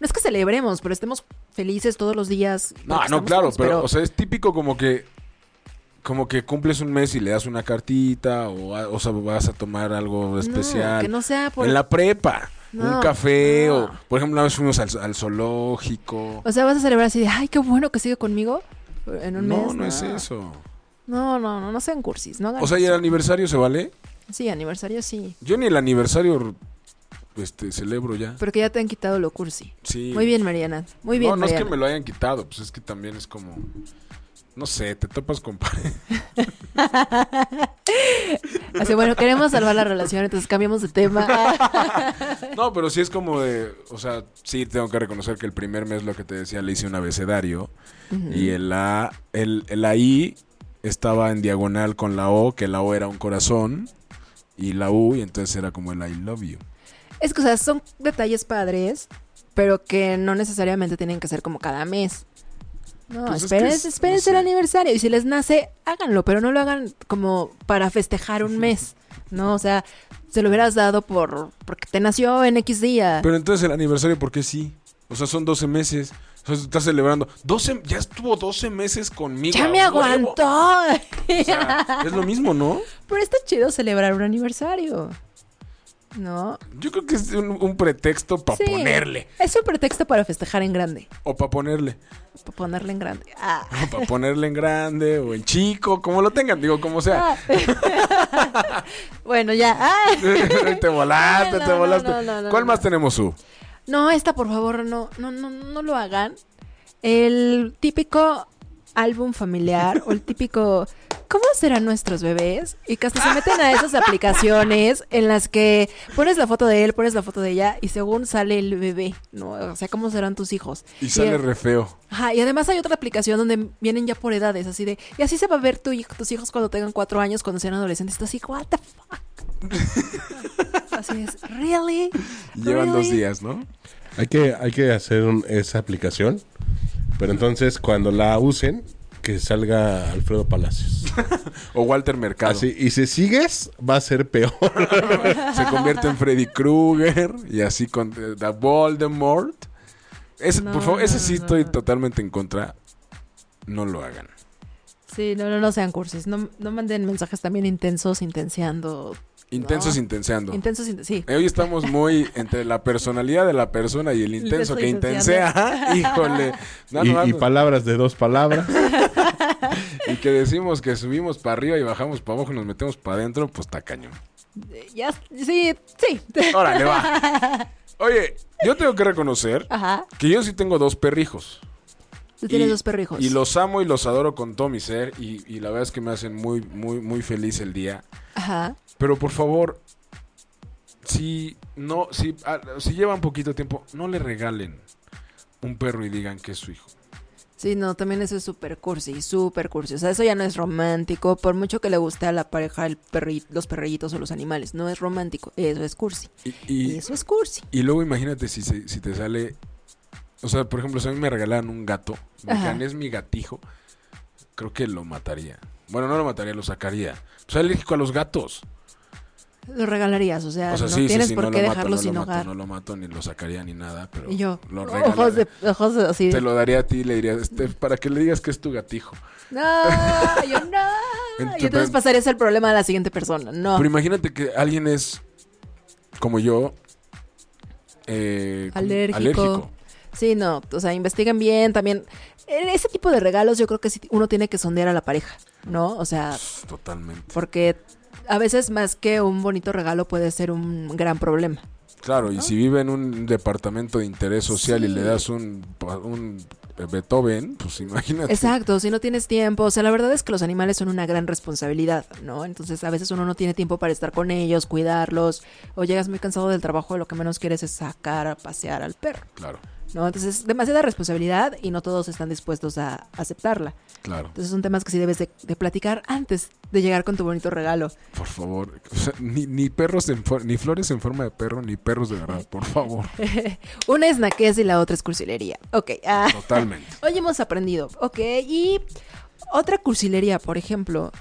Speaker 3: No es que celebremos, pero estemos felices todos los días.
Speaker 2: No,
Speaker 3: porque
Speaker 2: no,
Speaker 3: estamos
Speaker 2: claro,
Speaker 3: juntos,
Speaker 2: pero, o sea, es típico como que como que cumples un mes y le das una cartita o, a- o sea, vas a tomar algo especial.
Speaker 3: que no sea por-
Speaker 2: En la prepa,
Speaker 3: No,
Speaker 2: un café
Speaker 3: no.
Speaker 2: o por ejemplo, una vez fuimos al, al zoológico.
Speaker 3: O sea, vas a celebrar así de, ay, qué bueno que sigue conmigo en un mes.
Speaker 2: no, no es eso.
Speaker 3: No, no, no, no sean cursis, Ah, no hagan
Speaker 2: O sea, ¿y el
Speaker 3: eso.
Speaker 2: aniversario se vale?
Speaker 3: Sí, aniversario sí,
Speaker 2: Yo ni el aniversario este, celebro ya.
Speaker 3: pero que ya te han quitado lo cursi.
Speaker 2: Sí.
Speaker 3: Muy bien, Mariana, muy bien,
Speaker 2: No, no es que
Speaker 3: Mariana.
Speaker 2: me lo hayan quitado, pues es que también es como. No sé, te topas con pared.
Speaker 3: Así, bueno, queremos salvar la relación, entonces cambiamos de tema. Ah,
Speaker 2: No, pero sí es como de. O sea, sí tengo que reconocer que el primer mes, lo que te decía, le hice un abecedario. Y el A. El, la I estaba en diagonal con la O, que la O era un corazón. Y la U, y entonces era como el I love you.
Speaker 3: es que, o sea, son detalles padres, pero que no necesariamente tienen que ser como cada mes. No,
Speaker 2: Pues es que
Speaker 3: esperen,
Speaker 2: es- no
Speaker 3: esperen
Speaker 2: sé.
Speaker 3: el aniversario. Y si les nace, háganlo, pero no lo hagan como para festejar un mes. No, o sea, se lo hubieras dado por porque te nació en X día.
Speaker 2: Pero entonces el aniversario, ¿por qué sí? O sea, son 12 meses. O sea, estás celebrando. 12, ya estuvo 12 meses conmigo.
Speaker 3: ¡Ya me
Speaker 2: a huevo.
Speaker 3: aguantó!
Speaker 2: O sea, es lo mismo, ¿no?
Speaker 3: Pero está chido celebrar un aniversario. ¿No?
Speaker 2: Yo creo que es un, un pretexto para
Speaker 3: Sí.
Speaker 2: ponerle.
Speaker 3: Es un pretexto para festejar en grande.
Speaker 2: O para ponerle.
Speaker 3: Para ponerle en grande. Ah.
Speaker 2: O para ponerle en grande o en chico, como lo tengan. Digo, como sea.
Speaker 3: bueno, ya. Ah.
Speaker 2: te volaste,
Speaker 3: No,
Speaker 2: te
Speaker 3: no,
Speaker 2: volaste.
Speaker 3: no, no, no,
Speaker 2: ¿Cuál
Speaker 3: no.
Speaker 2: más tenemos, Su?
Speaker 3: No, esta por favor, no, no, no, no lo hagan. El típico álbum familiar o el típico ¿Cómo serán nuestros bebés? Y que hasta se meten a esas aplicaciones en las que pones la foto de él, pones la foto de ella y según sale el bebé, ¿no? O sea, ¿cómo serán tus hijos?
Speaker 2: Y sale re feo.
Speaker 3: Ajá, y además hay otra aplicación donde vienen ya por edades, así de, y así se va a ver tu hijo- tus hijos cuando tengan cuatro años, cuando sean adolescentes. Estás así, what the fuck. así es, really?
Speaker 2: Llevan dos
Speaker 3: ¿Really?
Speaker 2: días, ¿no?
Speaker 4: Hay que, hay que hacer un- esa aplicación. Pero entonces, cuando la usen, que salga Alfredo Palacios.
Speaker 2: O Walter Mercado.
Speaker 4: Así, y si sigues, va a ser peor.
Speaker 2: Se convierte en Freddy Krueger y así con eh, The Voldemort. Ese,
Speaker 3: No,
Speaker 2: por favor, ese
Speaker 3: no,
Speaker 2: sí
Speaker 3: no,
Speaker 2: estoy
Speaker 3: no.
Speaker 2: totalmente en contra. No lo hagan.
Speaker 3: Sí, no, no, no sean cursis. No, no manden mensajes también intensos, intenseando.
Speaker 2: Intensos
Speaker 3: No.
Speaker 2: intenseando.
Speaker 3: Intensos, inte- sí.
Speaker 2: Eh, Hoy estamos muy entre la personalidad de la persona y el intenso
Speaker 3: Intenso
Speaker 2: que intensea.
Speaker 3: intenseando.
Speaker 2: Híjole. No,
Speaker 4: y,
Speaker 2: no,
Speaker 4: y
Speaker 2: no.
Speaker 4: palabras de dos palabras.
Speaker 2: y que decimos que subimos para arriba y bajamos para abajo y nos metemos para adentro, pues está cañón. Eh.
Speaker 3: Ya, sí, sí.
Speaker 2: Órale, va. Oye, yo tengo que reconocer
Speaker 3: Ajá.
Speaker 2: que yo sí tengo dos perrijos.
Speaker 3: Tú tienes
Speaker 2: Y-
Speaker 3: dos perrijos.
Speaker 2: Y los amo y los adoro con todo mi ser. Y, y la verdad es que me hacen muy, muy, muy feliz el día.
Speaker 3: Ajá.
Speaker 2: Pero por favor, si no, si, ah, si llevan poquito tiempo, no le regalen un perro y digan que es su hijo.
Speaker 3: Sí, no, también eso es súper cursi, súper cursi. O sea, eso ya no es romántico. Por mucho que le guste a la pareja el perri- los perrillitos o los animales, no es romántico. Eso es cursi.
Speaker 2: Y,
Speaker 3: Y,
Speaker 2: y-
Speaker 3: eso es cursi.
Speaker 2: y luego imagínate si, se- si te sale. O sea, por ejemplo, si a mí me regalan un gato, me
Speaker 3: Ajá.
Speaker 2: digan, es mi gatijo, creo que lo mataría. Bueno, no lo mataría, lo sacaría. Soy alérgico a los gatos.
Speaker 3: Lo regalarías, o sea,
Speaker 2: O sea,
Speaker 3: no
Speaker 2: sí, sí,
Speaker 3: tienes
Speaker 2: sí,
Speaker 3: por
Speaker 2: no
Speaker 3: qué
Speaker 2: lo mato,
Speaker 3: dejarlo
Speaker 2: no
Speaker 3: sin
Speaker 2: lo
Speaker 3: hogar.
Speaker 2: mato, no lo mato, ni lo sacaría ni nada, pero
Speaker 3: y yo,
Speaker 2: lo
Speaker 3: ojos de,
Speaker 2: regalaré.
Speaker 3: ojos de- así de-
Speaker 2: Te lo daría a ti y le diría, este, para que le digas que es tu gatijo.
Speaker 3: No, yo no.
Speaker 2: Entonces-
Speaker 3: y entonces pasarías el problema a la siguiente persona. No.
Speaker 2: Pero imagínate que alguien es, como yo, eh, ¿cómo?
Speaker 3: Alérgico. Sí, no. O sea, investiguen bien también. En Ese tipo de regalos yo creo que sí uno tiene que sondear a la pareja, ¿no? O sea,
Speaker 2: Pff, Totalmente.
Speaker 3: porque a veces más que un bonito regalo puede ser un gran problema.
Speaker 2: Claro, y si vive en un departamento de interés social y
Speaker 3: Sí.
Speaker 2: le das un, un Beethoven, pues imagínate.
Speaker 3: Exacto, si no tienes tiempo, o sea, la verdad es que los animales son una gran responsabilidad, ¿no? Entonces a veces uno no tiene tiempo para estar con ellos, cuidarlos, o llegas muy cansado del trabajo y lo que menos quieres es sacar a pasear al perro.
Speaker 2: Claro,
Speaker 3: ¿no? Entonces, demasiada responsabilidad y no todos están dispuestos a aceptarla.
Speaker 2: claro.
Speaker 3: Entonces, son temas que sí debes de, de platicar antes de llegar con tu bonito regalo.
Speaker 2: Por favor, O sea, ni, ni perros, en for- ni flores en forma de perro, ni perros de verdad, por favor.
Speaker 3: Una es naquez y la otra es cursilería. Ok, ah,
Speaker 2: Totalmente.
Speaker 3: hoy hemos aprendido. Ok, y otra cursilería, por ejemplo.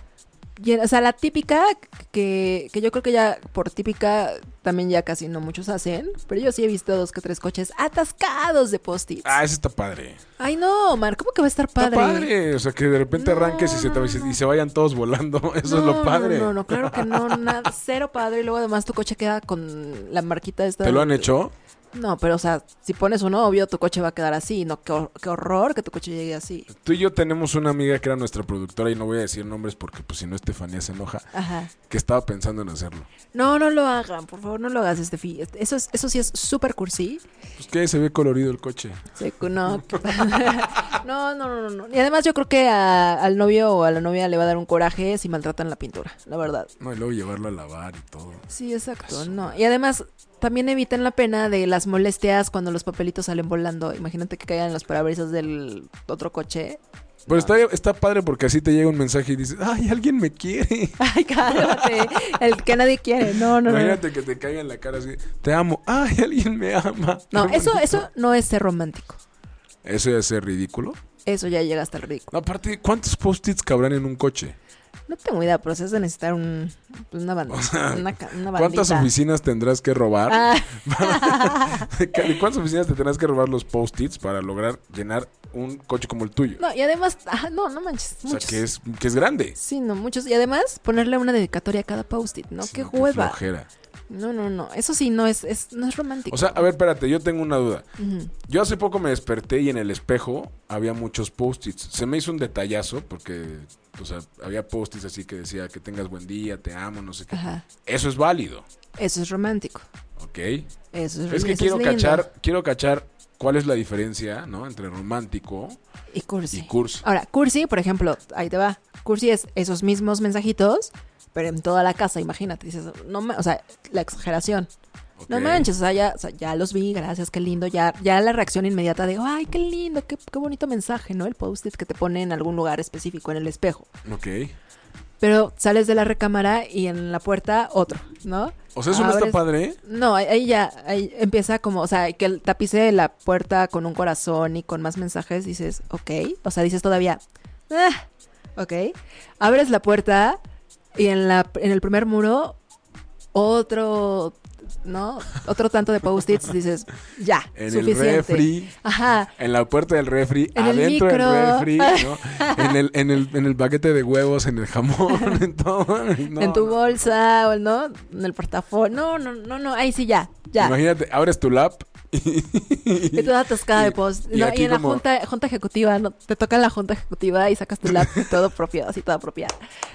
Speaker 3: Y- o sea, la típica, que, que yo creo que ya por típica también ya casi no muchos hacen, pero yo sí he visto dos que tres coches atascados de post-its.
Speaker 2: Ah, ese está padre.
Speaker 3: Ay, no, Omar, ¿cómo que va a estar
Speaker 2: Está
Speaker 3: padre?
Speaker 2: padre. O sea, que de repente
Speaker 3: No,
Speaker 2: arranques y se, te-
Speaker 3: no,
Speaker 2: y se-
Speaker 3: no.
Speaker 2: y se vayan todos volando. Eso es
Speaker 3: No,
Speaker 2: lo padre.
Speaker 3: No, no, no, claro que no, nada, cero padre. Y luego además tu coche queda con la marquita esta.
Speaker 2: ¿Te lo han hecho?
Speaker 3: No, pero o sea, si pones uno obvio, tu coche va a quedar así. No, qué, hor- qué horror que tu coche llegue así.
Speaker 2: Tú y yo tenemos una amiga que era nuestra productora y no voy a decir nombres porque pues si no Estefanía se enoja,
Speaker 3: Ajá.
Speaker 2: que estaba pensando en hacerlo.
Speaker 3: No, no lo hagan, por favor, no lo hagas este fi. Eso, es, eso sí es súper cursi.
Speaker 2: Pues que se ve colorido el coche.
Speaker 3: Sí, cu- No. no, no, no, no, no. Y además yo creo que a- al novio o a la novia le va a dar un coraje si maltratan la pintura, la verdad.
Speaker 2: No, y luego llevarlo a lavar y todo.
Speaker 3: Sí, exacto, no. Y además, también eviten la pena de las molestias cuando los papelitos salen volando. Imagínate que caigan en los parabrisas del otro coche.
Speaker 2: Pero está, está padre porque así te llega un mensaje y dices, ay, alguien me quiere.
Speaker 3: Ay, cálmate. El que nadie quiere. No, no, no.
Speaker 2: Imagínate que te caiga en la cara así, te amo, ay, alguien me ama.
Speaker 3: No,
Speaker 2: Qué
Speaker 3: eso,
Speaker 2: bonito.
Speaker 3: eso no es ser romántico.
Speaker 2: Eso ya es ridículo.
Speaker 3: Eso ya llega hasta el ridículo.
Speaker 2: No, aparte, ¿cuántos post-its cabrán en un coche?
Speaker 3: No tengo idea, pero se hace necesitar un, pues, una banda. una, ca- una
Speaker 2: ¿Cuántas
Speaker 3: bandita.
Speaker 2: oficinas tendrás que robar?
Speaker 3: Ah,
Speaker 2: ¿De cuántas oficinas te tendrás que robar los post-its para lograr llenar un coche como el tuyo?
Speaker 3: no, y además, ah, no, no manches.
Speaker 2: o sea,
Speaker 3: muchos.
Speaker 2: que es, que es grande.
Speaker 3: Sí, no, muchos. Y además, ponerle una dedicatoria a cada post-it, ¿no?
Speaker 2: Sí,
Speaker 3: qué
Speaker 2: qué
Speaker 3: hueva.
Speaker 2: flojera.
Speaker 3: no, no, no. Eso sí no es, es, no es romántico.
Speaker 2: O sea, a ver, espérate, yo tengo una duda.
Speaker 3: Ujú.
Speaker 2: Yo hace poco me desperté y en el espejo había muchos post-its. Se me hizo un detallazo porque, o sea, había post-its así que decía que tengas buen día, te amo, no sé qué.
Speaker 3: Ajá.
Speaker 2: Eso es válido.
Speaker 3: Eso es romántico.
Speaker 2: Ok.
Speaker 3: Eso es,
Speaker 2: Es
Speaker 3: eso
Speaker 2: que
Speaker 3: es
Speaker 2: quiero
Speaker 3: lindo.
Speaker 2: cachar, quiero cachar cuál es la diferencia, ¿no? Entre romántico.
Speaker 3: Y cursi.
Speaker 2: Y cursi.
Speaker 3: Ahora, cursi, por ejemplo, ahí te va. Cursi es esos mismos mensajitos, pero en toda la casa, imagínate. Dices, no ma- o sea, la exageración.
Speaker 2: ok.
Speaker 3: No manches, o sea, ya, o sea, ya los vi, gracias, qué lindo. Ya, ya la reacción inmediata de, ay, qué lindo, qué, qué bonito mensaje, ¿no? El post-it que te pone en algún lugar específico, en el espejo.
Speaker 2: Ok.
Speaker 3: Pero sales de la recámara y en la puerta otro, ¿no?
Speaker 2: O sea, eso no está
Speaker 3: Abres-
Speaker 2: padre. ¿eh?
Speaker 3: no, ahí- ahí ya ahí empieza como, o sea, que el tapice de la puerta con un corazón y con más mensajes, dices, ok. O sea, dices todavía, ah, ok. Abres la puerta y en, la, en el primer muro, otro, ¿no? Otro tanto de post-its, dices, ya,
Speaker 2: En
Speaker 3: suficiente.
Speaker 2: el refri.
Speaker 3: Ajá.
Speaker 2: En la puerta del refri,
Speaker 3: En el
Speaker 2: adentro
Speaker 3: micro.
Speaker 2: del refri, ¿no? en, el, en, el, en el paquete de huevos, en el jamón, en todo. no,
Speaker 3: en tu
Speaker 2: no.
Speaker 3: bolsa, o no, en el portafolio. No, no, no, no, ahí sí, ya, ya.
Speaker 2: Imagínate, abres tu lap
Speaker 3: Y "Ah, toda atascada de post.
Speaker 2: y
Speaker 3: No,
Speaker 2: aquí
Speaker 3: y en la
Speaker 2: como-
Speaker 3: junta, junta ejecutiva, no, te toca en la junta ejecutiva y sacas tu laptop todo propio, así toda propia.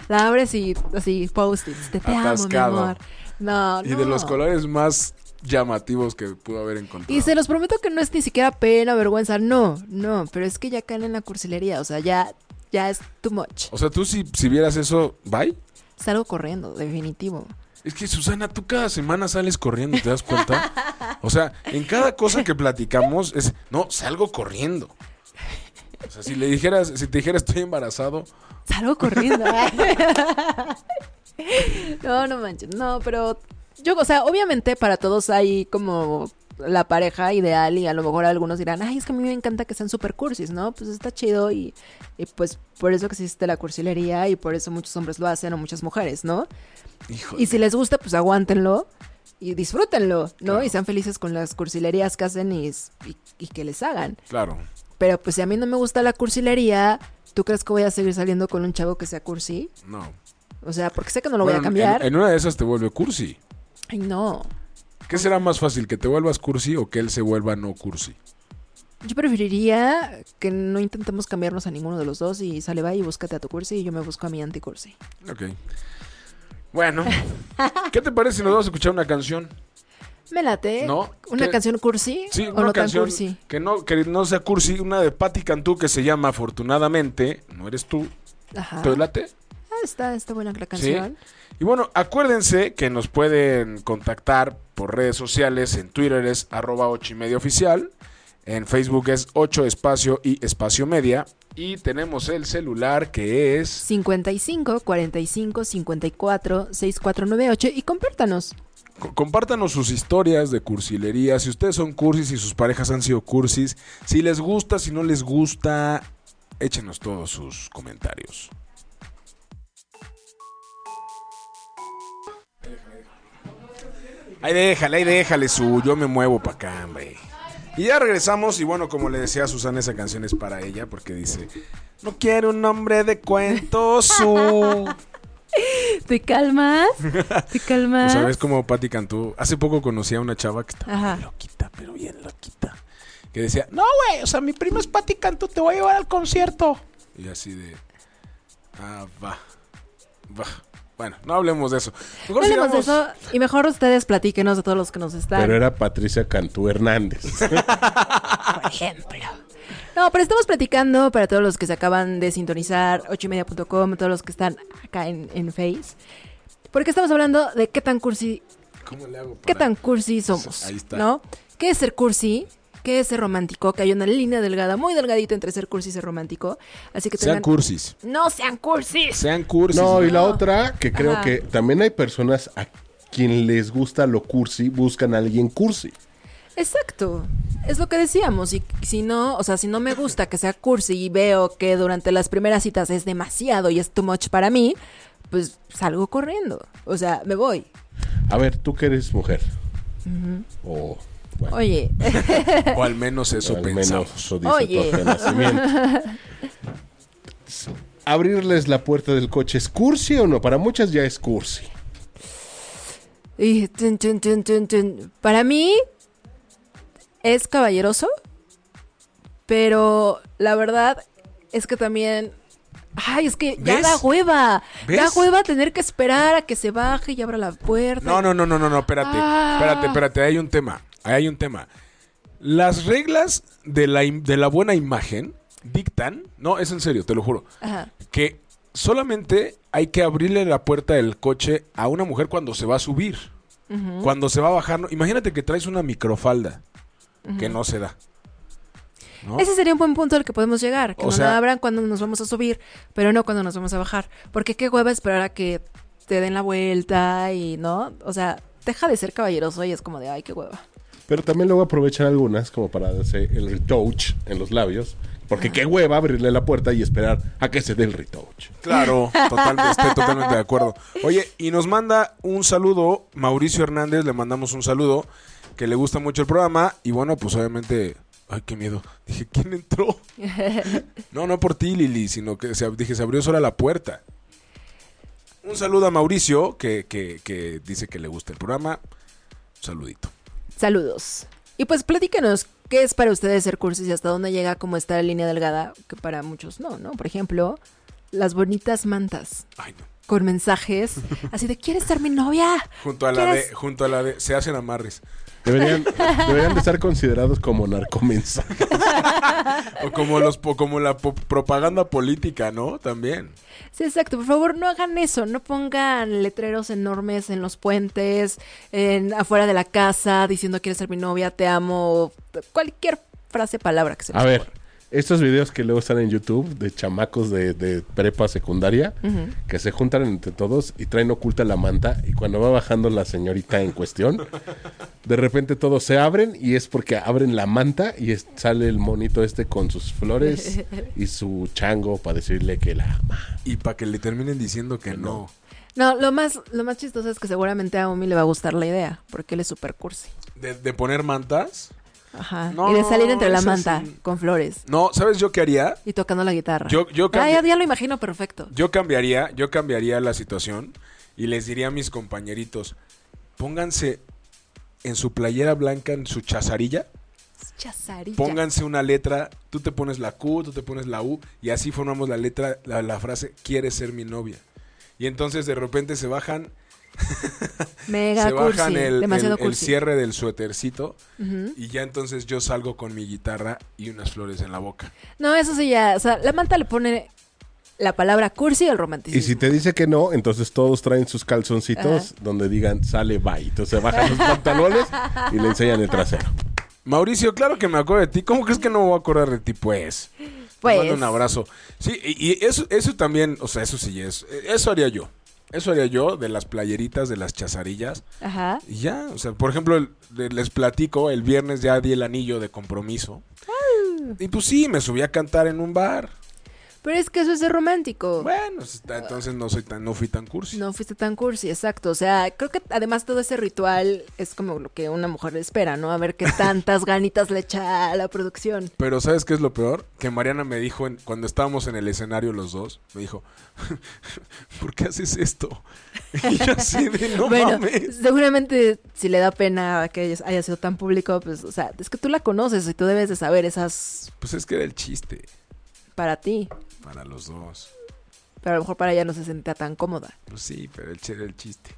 Speaker 3: La abres y así post-its. Te, te amo, mi
Speaker 2: Atascado.
Speaker 3: amor. No,
Speaker 2: y
Speaker 3: no.
Speaker 2: de los colores más llamativos que pudo haber encontrado.
Speaker 3: Y se los prometo que no es ni siquiera pena, vergüenza. No, no, pero es que ya caen en la cursilería. O sea, ya, ya es too much.
Speaker 2: O sea, tú si, si vieras eso, bye.
Speaker 3: Salgo corriendo, definitivo.
Speaker 2: Es que Susana, tú cada semana sales corriendo, ¿te das cuenta? O sea, en cada cosa que platicamos es, no, salgo corriendo. O sea, si le dijeras, si te dijera estoy embarazado,
Speaker 3: Salgo corriendo. ¿eh? no, no manches. No, pero yo, o sea, obviamente para todos hay como la pareja ideal y a lo mejor algunos dirán, ay, es que a mí me encanta que sean super cursis, ¿no? Pues está chido y, y pues por eso que existe la cursilería y por eso muchos hombres lo hacen o muchas mujeres, ¿no?
Speaker 2: hijo.
Speaker 3: Y si les gusta, pues aguántenlo y disfrútenlo, ¿no?
Speaker 2: Claro.
Speaker 3: Y sean felices con las cursilerías que hacen y- y- y que les hagan.
Speaker 2: Claro.
Speaker 3: Pero pues si a mí no me gusta la cursilería, ¿tú crees que voy a seguir saliendo con un chavo que sea cursi?
Speaker 2: No.
Speaker 3: O sea, porque sé que no lo voy
Speaker 2: Bueno,
Speaker 3: a
Speaker 2: en-
Speaker 3: cambiar.
Speaker 2: En, una de esas te vuelve cursi.
Speaker 3: Ay, no.
Speaker 2: ¿Qué será más fácil, que te vuelvas cursi o que él se vuelva no cursi?
Speaker 3: Yo preferiría que no intentemos cambiarnos a ninguno de los dos y sale, va y búscate a tu cursi y yo me busco a mi anticursi.
Speaker 2: Ok. Bueno, ¿qué te parece si nos vamos a escuchar una canción?
Speaker 3: Me late.
Speaker 2: No,
Speaker 3: ¿Una
Speaker 2: ¿qué?
Speaker 3: canción cursi?
Speaker 2: Sí,
Speaker 3: ¿O
Speaker 2: una
Speaker 3: no
Speaker 2: canción
Speaker 3: tan cursi?
Speaker 2: que no que no sea cursi, una de Patti Cantú que se llama Afortunadamente, no eres tú,
Speaker 3: Ajá.
Speaker 2: ¿te late?
Speaker 3: Ah, está, está buena la canción.
Speaker 2: Y bueno, acuérdense que nos pueden contactar por redes sociales, en Twitter es arroba 8 y media oficial, en Facebook es 8 espacio y espacio media, y tenemos el celular que es...
Speaker 3: 55, 45, 54, 6498 y compártanos.
Speaker 2: Co- Compártanos sus historias de cursilería, si ustedes son cursis y sus parejas han sido cursis, si les gusta, si no les gusta, échenos todos sus comentarios. Ahí déjale, ahí déjale su yo me muevo para acá, hombre. Y ya regresamos y bueno, como le decía a Susana, esa canción es para ella porque dice, no quiero un nombre de cuento su...
Speaker 3: ¿Te calmas? ¿Te calmas?
Speaker 2: ¿Sabes cómo Patti Cantú? Hace poco conocí a una chava que estaba
Speaker 3: Ajá.
Speaker 2: bien loquita, pero bien loquita. Que decía, no, güey, o sea, mi prima es Patti Cantú, te voy a llevar al concierto. Y así de, ah, va, va. Bueno, no hablemos de eso. Mejor
Speaker 3: No hablemos de
Speaker 2: sigamos.
Speaker 3: eso y mejor ustedes platíquenos de todos los que nos están.
Speaker 4: Pero era Patricia Cantú Hernández.
Speaker 3: por ejemplo. No, pero estamos platicando para todos los que se acaban de sintonizar, 8ymedia.com, todos los que están acá en, en Face. Porque estamos hablando de qué tan cursi,
Speaker 2: ¿Cómo le hago? para-
Speaker 3: qué tan cursi somos.
Speaker 2: Ahí está.
Speaker 3: ¿No? ¿Qué es ser cursi? ¿Qué es ser romántico? Que hay una línea delgada, muy delgadita entre ser cursi y ser romántico. Así que
Speaker 2: Sean
Speaker 3: tengan...
Speaker 2: cursis.
Speaker 3: no sean cursis.
Speaker 2: Sean cursis.
Speaker 4: No, y la
Speaker 3: No.
Speaker 4: otra, que creo
Speaker 3: Ajá.
Speaker 4: que también hay personas a quien les gusta lo cursi, buscan a alguien cursi.
Speaker 3: Exacto. Es lo que decíamos. Y si no, o sea, si no me gusta que sea cursi y veo que durante las primeras citas es demasiado y es too much para mí, pues salgo corriendo. O sea, me voy.
Speaker 4: A ver, tú que eres mujer. O, bueno,
Speaker 3: Oye,
Speaker 2: O al menos eso
Speaker 4: al
Speaker 2: pensamos.
Speaker 4: menos eso dice
Speaker 3: Oye.
Speaker 4: tu renacimiento. Abrirles la puerta del coche, ¿es cursi o no? Para muchas ya es cursi.
Speaker 3: y tun, tun, tun, tun, tun. para mí es caballeroso, pero la verdad es que también Ay, es que ya
Speaker 2: ¿Ves?
Speaker 3: da hueva. Da
Speaker 2: ¿Ves?
Speaker 3: hueva tener que esperar a que se baje y abra la puerta.
Speaker 2: No, no, no, no, no, no, espérate.
Speaker 3: Ah.
Speaker 2: Espérate, espérate, ahí hay un tema. Ahí hay un tema. Las reglas de la, im- de la buena imagen dictan, no, es en serio, te lo juro,
Speaker 3: Ajá.
Speaker 2: que solamente hay que abrirle la puerta del coche a una mujer cuando se va a subir, cuando se va a bajar. no- Imagínate que traes una microfalda que no se da. ¿no?
Speaker 3: Ese sería un buen punto al que podemos llegar. Que
Speaker 2: O
Speaker 3: nos
Speaker 2: sea-
Speaker 3: la abran cuando nos vamos a subir, pero no cuando nos vamos a bajar. Porque qué hueva esperar a que te den la vuelta y no. O sea, deja de ser caballeroso y es como de, ay, qué hueva.
Speaker 4: Pero también luego aprovechan algunas como para darse el retouch en los labios. Porque qué hueva abrirle la puerta y esperar a que se dé el retouch.
Speaker 2: Claro, totalmente, estoy totalmente de acuerdo. Oye, y nos manda un saludo Mauricio Hernández, le mandamos un saludo, que le gusta mucho el programa y bueno, pues obviamente, ay, qué miedo. Dije, ¿quién entró? No, no por ti, Lili, sino que se, dije, se abrió sola la puerta. Un saludo a Mauricio, que, que, que dice que le gusta el programa. Un saludito.
Speaker 3: Saludos. Y pues platícanos, ¿qué es para ustedes ser cursis y hasta dónde llega como esta línea delgada? Que para muchos no, ¿no? Por ejemplo, las bonitas mantas
Speaker 2: Ay, no.
Speaker 3: con mensajes así de, ¿quieres ser mi novia?
Speaker 2: Junto a la
Speaker 3: ¿Quieres-
Speaker 2: de, junto a la de, se hacen amarres.
Speaker 4: Deberían, deberían de estar considerados como narcomensajes.
Speaker 2: O como los po- como la po- propaganda política, ¿no? También.
Speaker 3: Sí, exacto. Por favor, no hagan eso. No pongan letreros enormes en los puentes, en, afuera de la casa, diciendo quieres ser mi novia, te amo. Cualquier frase, palabra que se
Speaker 2: Ah.
Speaker 3: les
Speaker 4: A ver,
Speaker 3: ocurra.
Speaker 4: estos videos que luego están en YouTube de chamacos de, de prepa secundaria que se juntan entre todos y traen oculta la manta. Y cuando va bajando la señorita en cuestión, de repente todos se abren y es porque abren la manta y es- sale el monito este con sus flores y su chango para decirle que la ama.
Speaker 2: Y para que le terminen diciendo que no.
Speaker 3: No, lo más, lo más chistoso es que seguramente a Omi le va a gustar la idea, porque él es súper cursi.
Speaker 2: De, de poner mantas.
Speaker 3: Ajá.
Speaker 2: No,
Speaker 3: y de salir entre la
Speaker 2: eso
Speaker 3: manta
Speaker 2: sí.
Speaker 3: con flores
Speaker 2: No, ¿sabes yo qué haría?
Speaker 3: y tocando la guitarra.
Speaker 2: Yo- yo
Speaker 3: Ah,
Speaker 2: cambié-
Speaker 3: ya, ya lo imagino perfecto.
Speaker 2: Yo cambiaría, yo cambiaría la situación y les diría a mis compañeritos, pónganse en su playera blanca, en su chazarilla,
Speaker 3: Chazarilla.
Speaker 2: pónganse una letra, tú te pones la Q, tú te pones la U y así formamos la letra, la, la frase, quieres ser mi novia. Y entonces de repente se bajan,
Speaker 3: Mega
Speaker 2: se
Speaker 3: cursi.
Speaker 2: bajan el,
Speaker 3: demasiado
Speaker 2: el- el
Speaker 3: cursi.
Speaker 2: cierre del suétercito
Speaker 3: Ujú.
Speaker 2: y ya entonces yo salgo con mi guitarra y unas flores en la boca.
Speaker 3: No, eso sí ya. O sea, la manta le pone la palabra cursi y el romanticismo.
Speaker 4: Y si te dice que no, entonces todos traen sus calzoncitos donde digan sale bye. Entonces se bajan los pantalones y le enseñan el trasero.
Speaker 2: Mauricio, claro que me acuerdo de ti. ¿Cómo crees que no me voy a acordar de ti? Pues. Te
Speaker 3: Pues.
Speaker 2: mando un abrazo. Sí, y, y eso, eso también, o sea, eso sí es. e, Eso haría yo. Eso haría yo de las playeritas, de las chazarillas.
Speaker 3: Ajá.
Speaker 2: Y ya, o sea, por ejemplo, el- de- les platico, el viernes ya di el anillo de compromiso. Y pues sí, me subí a cantar en un bar.
Speaker 3: Pero es que eso es de romántico.
Speaker 2: Bueno, pues, está- entonces no soy tan, no fui tan cursi.
Speaker 3: Oh. No fuiste tan cursi, exacto. O sea, creo que además todo ese ritual es como lo que una mujer espera, ¿no? A ver qué tantas ganitas le echa a la producción.
Speaker 2: Pero ¿sabes qué es lo peor? Que Mariana me dijo en- cuando estábamos en el escenario los dos, me dijo, ¿por qué haces esto? Y yo así de, no
Speaker 3: bueno,
Speaker 2: mames.
Speaker 3: seguramente si le da pena que haya- haya sido tan público, pues, o sea, es que tú la conoces y tú debes de saber esas
Speaker 2: Pues es que era el chiste
Speaker 3: para ti.
Speaker 2: para los dos.
Speaker 3: Pero a lo mejor para ella no se sentía tan cómoda.
Speaker 2: Pues sí, pero el ch- era el chiste.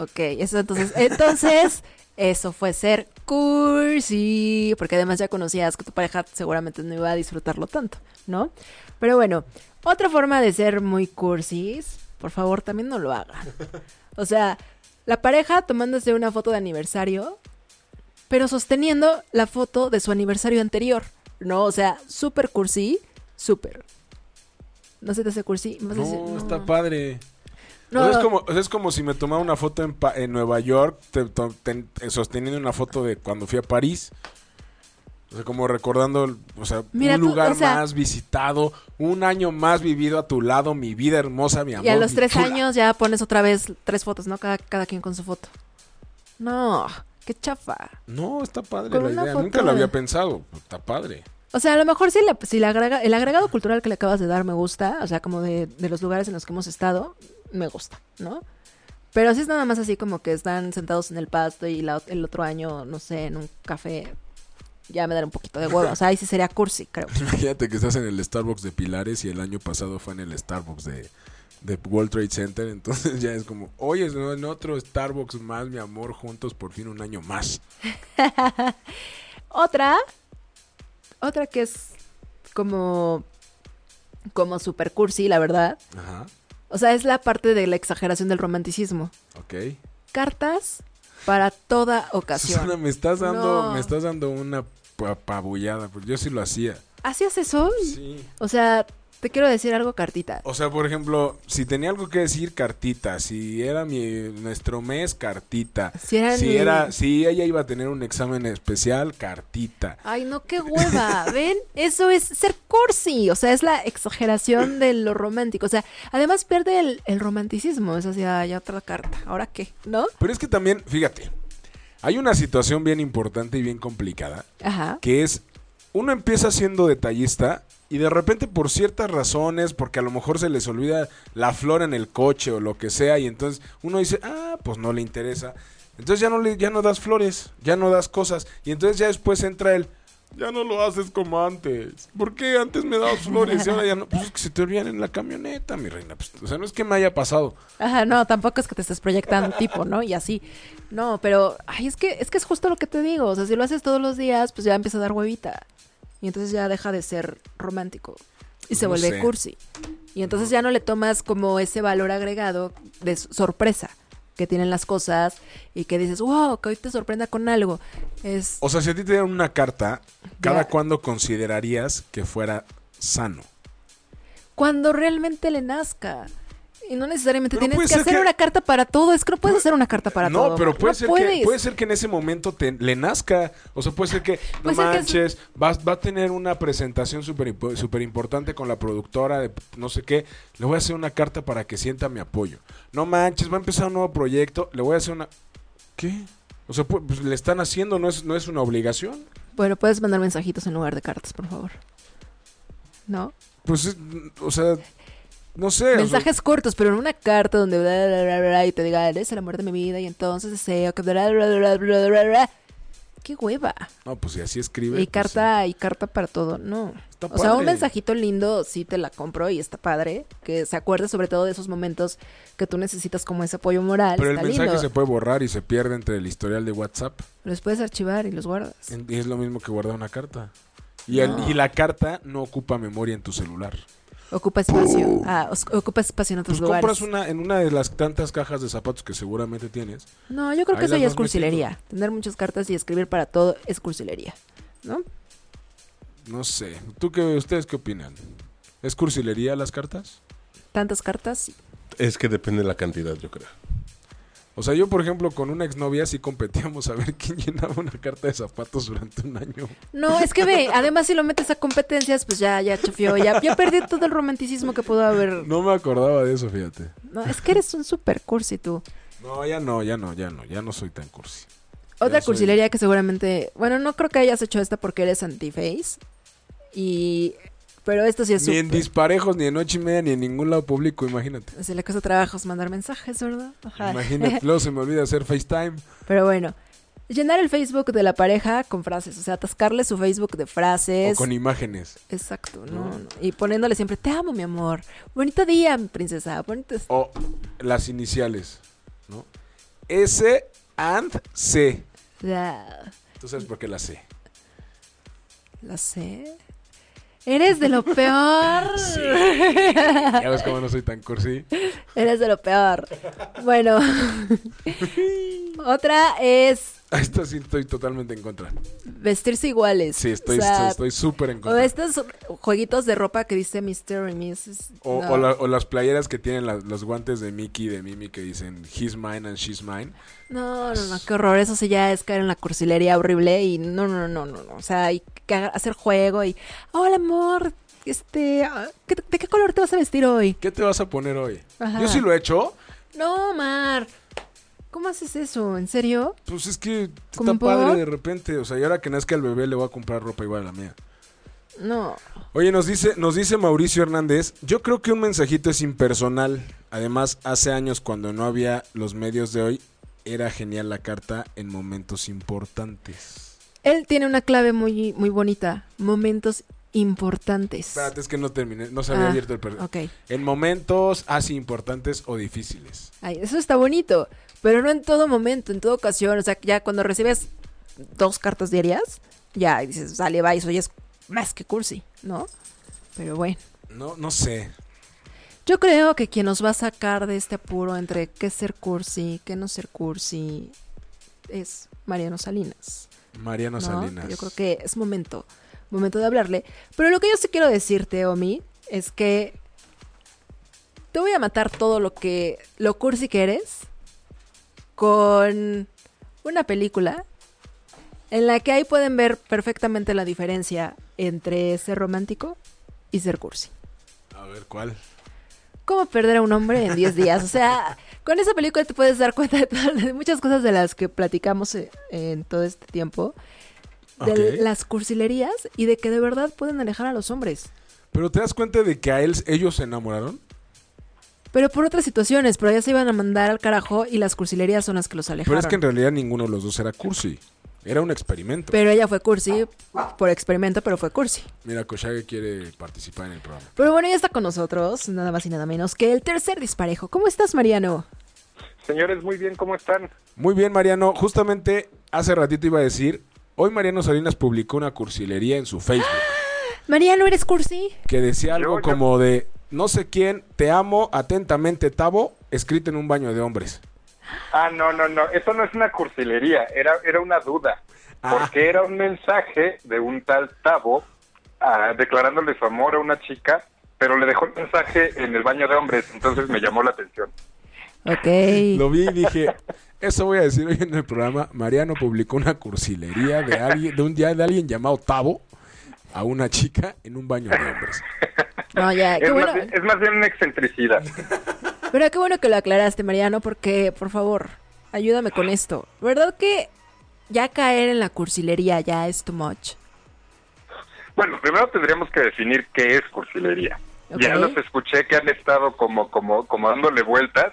Speaker 3: Ok, eso entonces, entonces, eso fue ser cursi, porque además ya conocías que tu pareja seguramente no iba a disfrutarlo tanto, ¿no? Pero bueno, otra forma de ser muy cursis, por favor, también no lo hagan. O sea, la pareja tomándose una foto de aniversario, pero sosteniendo la foto de su aniversario anterior, ¿no? O sea, súper cursi, súper. ¿No se te hace cursi? Me vas a decir,
Speaker 2: No, está padre.
Speaker 3: No,
Speaker 2: O sea,
Speaker 3: no.
Speaker 2: es, como, o sea, es como si me tomara una foto en, Pa- en Nueva York te- to- ten- eh, sosteniendo una foto de cuando fui a París. O sea, como recordando, el- o sea,
Speaker 3: Mira,
Speaker 2: un
Speaker 3: tú,
Speaker 2: lugar
Speaker 3: o sea-
Speaker 2: más visitado, un año más vivido a tu lado, mi vida hermosa, mi amor.
Speaker 3: Y a los
Speaker 2: mi
Speaker 3: tres
Speaker 2: chula.
Speaker 3: años ya pones otra vez tres fotos, ¿no? Cada, cada quien con su foto. No, qué chafa.
Speaker 2: No, está padre
Speaker 3: Con
Speaker 2: la
Speaker 3: una
Speaker 2: idea.
Speaker 3: foto
Speaker 2: Nunca lo había
Speaker 3: de-
Speaker 2: pensado. Está padre.
Speaker 3: O sea, a lo mejor si, le, si le agrega, el agregado cultural que le acabas de dar me gusta, o sea, como de, de los lugares en los que hemos estado, me gusta, ¿no? Pero si es nada más así como que están sentados en el pasto y la ot- el otro año, no sé, en un café, ya me dará un poquito de hueva. O sea, ahí sí sería cursi, creo.
Speaker 2: Imagínate que estás en el Starbucks de Pilares y el año pasado fue en el Starbucks de, de World Trade Center. Entonces ya es como, oye, ¿no? en otro Starbucks más, mi amor, juntos por fin un año más.
Speaker 3: Otra, otra que es como, como super cursi, la verdad.
Speaker 2: Ajá,
Speaker 3: O sea, es la parte de la exageración del romanticismo.
Speaker 2: ok.
Speaker 3: Cartas para toda
Speaker 2: Susana,
Speaker 3: ocasión.
Speaker 2: me estás dando,
Speaker 3: No.
Speaker 2: me estás dando una pa- apabullada, porque yo sí lo hacía.
Speaker 3: ¿Hacías eso?
Speaker 2: Sí.
Speaker 3: O sea, te quiero decir algo, cartita.
Speaker 2: O sea, por ejemplo, si tenía algo que decir, cartita. Si era mi nuestro mes, cartita.
Speaker 3: Si era mi-
Speaker 2: era, si ella iba a tener un examen especial, cartita.
Speaker 3: Ay, no, qué hueva, ¿ven? Eso es ser cursi, o sea, es la exageración de lo romántico. O sea, además pierde el, el romanticismo, es así, ah, ya otra carta, ¿ahora qué? ¿No?
Speaker 2: Pero es que también, fíjate, hay una situación bien importante y bien complicada,
Speaker 3: Ajá.
Speaker 2: que es uno empieza siendo detallista y de repente por ciertas razones, porque a lo mejor se les olvida la flor en el coche o lo que sea, y entonces uno dice, ah, pues no le interesa. Entonces ya no le, ya no das flores, ya no das cosas, y entonces ya después entra el ya no lo haces como antes. ¿Por qué antes me dabas flores y ahora ya no? Pues es que se te olvidan en la camioneta, mi reina. Pues, o sea, no es que me haya pasado.
Speaker 3: Ajá, no, tampoco es que te estés proyectando tipo, ¿no? Y así. No, pero, ay, es que es que es justo lo que te digo, o sea, si lo haces todos los días, pues ya empieza a dar huevita. Y entonces ya deja de ser romántico y se
Speaker 2: No
Speaker 3: vuelve
Speaker 2: sé.
Speaker 3: cursi. Y entonces ya no le tomas como ese valor agregado de s- sorpresa que tienen las cosas y que dices, wow, que hoy te sorprenda con algo. Es,
Speaker 2: O sea, si a ti te dieran una carta, ¿cada
Speaker 3: Ya.
Speaker 2: cuándo considerarías que fuera sano?
Speaker 3: cuando realmente le nazca. Y no necesariamente
Speaker 2: Pero puede
Speaker 3: tienes que
Speaker 2: ser
Speaker 3: hacer
Speaker 2: que-
Speaker 3: una carta para todo. Es que no puedes hacer una carta para todo.
Speaker 2: no, pero
Speaker 3: amor.
Speaker 2: puede,
Speaker 3: No
Speaker 2: ser Que,
Speaker 3: puedes.
Speaker 2: puede ser que en ese momento te, le nazca. O sea, puede ser que, no
Speaker 3: Puede ser que Pues es-
Speaker 2: manches, vas- va a tener una presentación súper impo- súper importante con la productora de no sé qué. Le voy a hacer una carta para que sienta mi apoyo. No manches, va a empezar un nuevo proyecto. Le voy a hacer una... ¿Qué? O sea, pu- pues, le están haciendo, no es, no es una obligación.
Speaker 3: Bueno, puedes mandar mensajitos en lugar de cartas, por favor. ¿No?
Speaker 2: Pues, es- o sea, no sé. o sea,
Speaker 3: Mensajes cortos, pero en una carta donde bla, bla, bla, bla, y te diga, eres el amor de mi vida y entonces deseo que... bla, bla, bla, bla, bla, bla". ¡Qué hueva!
Speaker 2: no, pues si así escribe.
Speaker 3: Y
Speaker 2: pues,
Speaker 3: carta, y carta para todo, no.
Speaker 2: Está
Speaker 3: o sea, un
Speaker 2: padre.
Speaker 3: mensajito lindo sí te la compro y está padre. Que se acuerde sobre todo de esos momentos que tú necesitas como ese apoyo moral.
Speaker 2: Pero el
Speaker 3: está
Speaker 2: mensaje
Speaker 3: lindo.
Speaker 2: se puede borrar y se pierde entre el historial de WhatsApp.
Speaker 3: Los puedes archivar y los guardas.
Speaker 2: En- Y es lo mismo que guardar una carta. Y, el- y la carta no ocupa memoria en tu celular.
Speaker 3: Ocupa espacio. Ah, os- ocupa espacio en otros
Speaker 2: Pues
Speaker 3: lugares.
Speaker 2: compras una en una de las tantas cajas de zapatos que seguramente tienes.
Speaker 3: No, yo creo que
Speaker 2: Ahí
Speaker 3: eso
Speaker 2: las
Speaker 3: ya
Speaker 2: vas
Speaker 3: es cursilería. Tener muchas cartas y escribir para todo es cursilería. ¿No?
Speaker 2: No sé. ¿Tú qué, ustedes qué opinan? ¿Es cursilería las cartas?
Speaker 3: Tantas cartas, sí.
Speaker 4: Es que depende de la cantidad, yo creo.
Speaker 2: O sea, yo, por ejemplo, con una exnovia sí competíamos a ver quién llenaba una carta de zapatos durante un año.
Speaker 3: No, es que ve, además si lo metes a competencias, pues ya, ya chofió, ya, ya perdí todo el romanticismo que pudo haber.
Speaker 2: No me acordaba de eso, fíjate.
Speaker 3: No, es que eres un super cursi tú.
Speaker 2: No, ya no, ya no, ya no, ya no soy tan cursi.
Speaker 3: Otra
Speaker 2: soy-
Speaker 3: cursilería que seguramente, bueno, no creo que hayas hecho esta porque eres anti-face. Y, pero esto sí es
Speaker 2: Ni en
Speaker 3: súper.
Speaker 2: disparejos, ni en ocho y media, ni en ningún lado público, imagínate.
Speaker 3: Se le cuesta trabajos mandar mensajes, ¿verdad? Ajá.
Speaker 2: Imagínate, luego se me olvida hacer FaceTime.
Speaker 3: Pero bueno, llenar el Facebook de la pareja con frases, o sea, atascarle su Facebook de
Speaker 2: O
Speaker 3: frases.
Speaker 2: con imágenes.
Speaker 3: Exacto, no, no. Y poniéndole siempre, te amo, mi amor. Bonito día, mi princesa. Bonito.
Speaker 2: O las iniciales, ¿no? S and C.
Speaker 3: La,
Speaker 2: ¿Tú sabes por qué la C?
Speaker 3: la sé. Eres de lo peor.
Speaker 2: Ya ves cómo no soy tan cursi.
Speaker 3: Eres de lo peor. Bueno. Otra es
Speaker 2: A esta sí estoy totalmente en contra.
Speaker 3: vestirse iguales.
Speaker 2: Sí, estoy
Speaker 3: O sea,
Speaker 2: estoy súper en
Speaker 3: O
Speaker 2: contra.
Speaker 3: estos jueguitos de ropa que dice Mr. y Mrs.
Speaker 2: O,
Speaker 3: No.
Speaker 2: o la- o las playeras que tienen la- los guantes de Mickey y de Mimi que dicen he's mine and she's mine.
Speaker 3: No, no, no, qué horror. Eso sí ya es caer en la cursilería horrible y no, no, no, no, no. O sea, hay que haga- hacer juego y, hola amor, este, ah, ¿qué- ¿de qué color te vas a vestir hoy?
Speaker 2: ¿Qué te vas a poner hoy?
Speaker 3: Ajá.
Speaker 2: Yo sí lo he hecho.
Speaker 3: No, Omar, ¿cómo haces eso? ¿En serio?
Speaker 2: Pues es que está
Speaker 3: ¿Cómo por?
Speaker 2: padre de repente. O sea, y ahora que nazca el bebé le voy a comprar ropa igual a la mía.
Speaker 3: No.
Speaker 2: Oye, nos dice, nos dice Mauricio Hernández, yo creo que un mensajito es impersonal. Además, hace años cuando no había los medios de hoy, era genial la carta en momentos importantes.
Speaker 3: Él tiene una clave muy, muy bonita. Momentos importantes.
Speaker 2: Espérate, es que no terminé, no se había
Speaker 3: Ah,
Speaker 2: abierto el perfil.
Speaker 3: ok.
Speaker 2: En momentos así importantes o difíciles.
Speaker 3: Ay, eso está bonito, pero no en todo momento, en toda ocasión. O sea, ya cuando recibes dos cartas diarias, ya dices, sale, va, eso ya es más que cursi, ¿no? Pero bueno.
Speaker 2: No, no sé.
Speaker 3: Yo creo que quien nos va a sacar de este apuro entre qué ser cursi, qué no ser cursi, es Mariano Salinas.
Speaker 2: Mariano
Speaker 3: ¿no?
Speaker 2: Salinas.
Speaker 3: Yo creo que es momento, momento de hablarle. Pero lo que yo sí quiero decirte, Omi, es que te voy a matar todo lo que, lo cursi que eres, con una película en la que ahí pueden ver perfectamente la diferencia entre ser romántico y ser cursi.
Speaker 2: A ver, ¿cuál?
Speaker 3: ¿Cómo perder a un hombre en 10 días? O sea, con esa película te puedes dar cuenta de, todas las- de muchas cosas de las que platicamos eh, en todo este tiempo. De
Speaker 2: Ok.
Speaker 3: las cursilerías y de que de verdad pueden alejar a los hombres.
Speaker 2: Pero te das cuenta de que a él, ellos se enamoraron.
Speaker 3: Pero por otras situaciones, pero ya se iban a mandar al carajo y las cursilerías son las que los
Speaker 2: Pero
Speaker 3: alejaron.
Speaker 2: es que en realidad ninguno de los dos era cursi. Era un experimento.
Speaker 3: Pero ella fue cursi por experimento, pero fue cursi.
Speaker 2: Mira, Koshage quiere participar en el programa.
Speaker 3: Pero bueno, ya está con nosotros, nada más y nada menos que el tercer disparejo. ¿Cómo estás, Mariano?
Speaker 5: Señores, muy bien, ¿cómo están?
Speaker 2: Muy bien, Mariano. Justamente hace ratito iba a decir, hoy Mariano Salinas publicó una cursilería en su Facebook
Speaker 3: Mariano, ¿eres cursi?
Speaker 2: que decía
Speaker 5: Yo,
Speaker 2: algo
Speaker 5: yo-
Speaker 2: como de, no sé quién, te amo atentamente, Tavo, escrito en un baño de hombres.
Speaker 5: Ah, no, no, no, eso no es una cursilería, era, era una duda,
Speaker 2: Ah.
Speaker 5: porque era un mensaje de un tal Tavo ah, declarándole su amor a una chica, pero le dejó el mensaje en el baño de hombres, entonces me llamó la atención.
Speaker 3: Ok.
Speaker 2: Lo vi y dije, eso voy a decir hoy en el programa. Mariano publicó una cursilería de alguien, de un día de alguien llamado Tavo a una chica en un baño de hombres.
Speaker 3: No, ya, qué
Speaker 5: Es,
Speaker 3: bueno.
Speaker 5: más, bien- es más bien una excentricidad.
Speaker 3: Pero qué bueno que lo aclaraste, Mariano, porque, por favor, ayúdame con esto. ¿Verdad que ya caer en la cursilería ya es too much?
Speaker 5: Bueno, primero tendríamos que definir qué es cursilería. Ya
Speaker 3: Ok.
Speaker 5: los escuché que han estado como, como, como dándole vueltas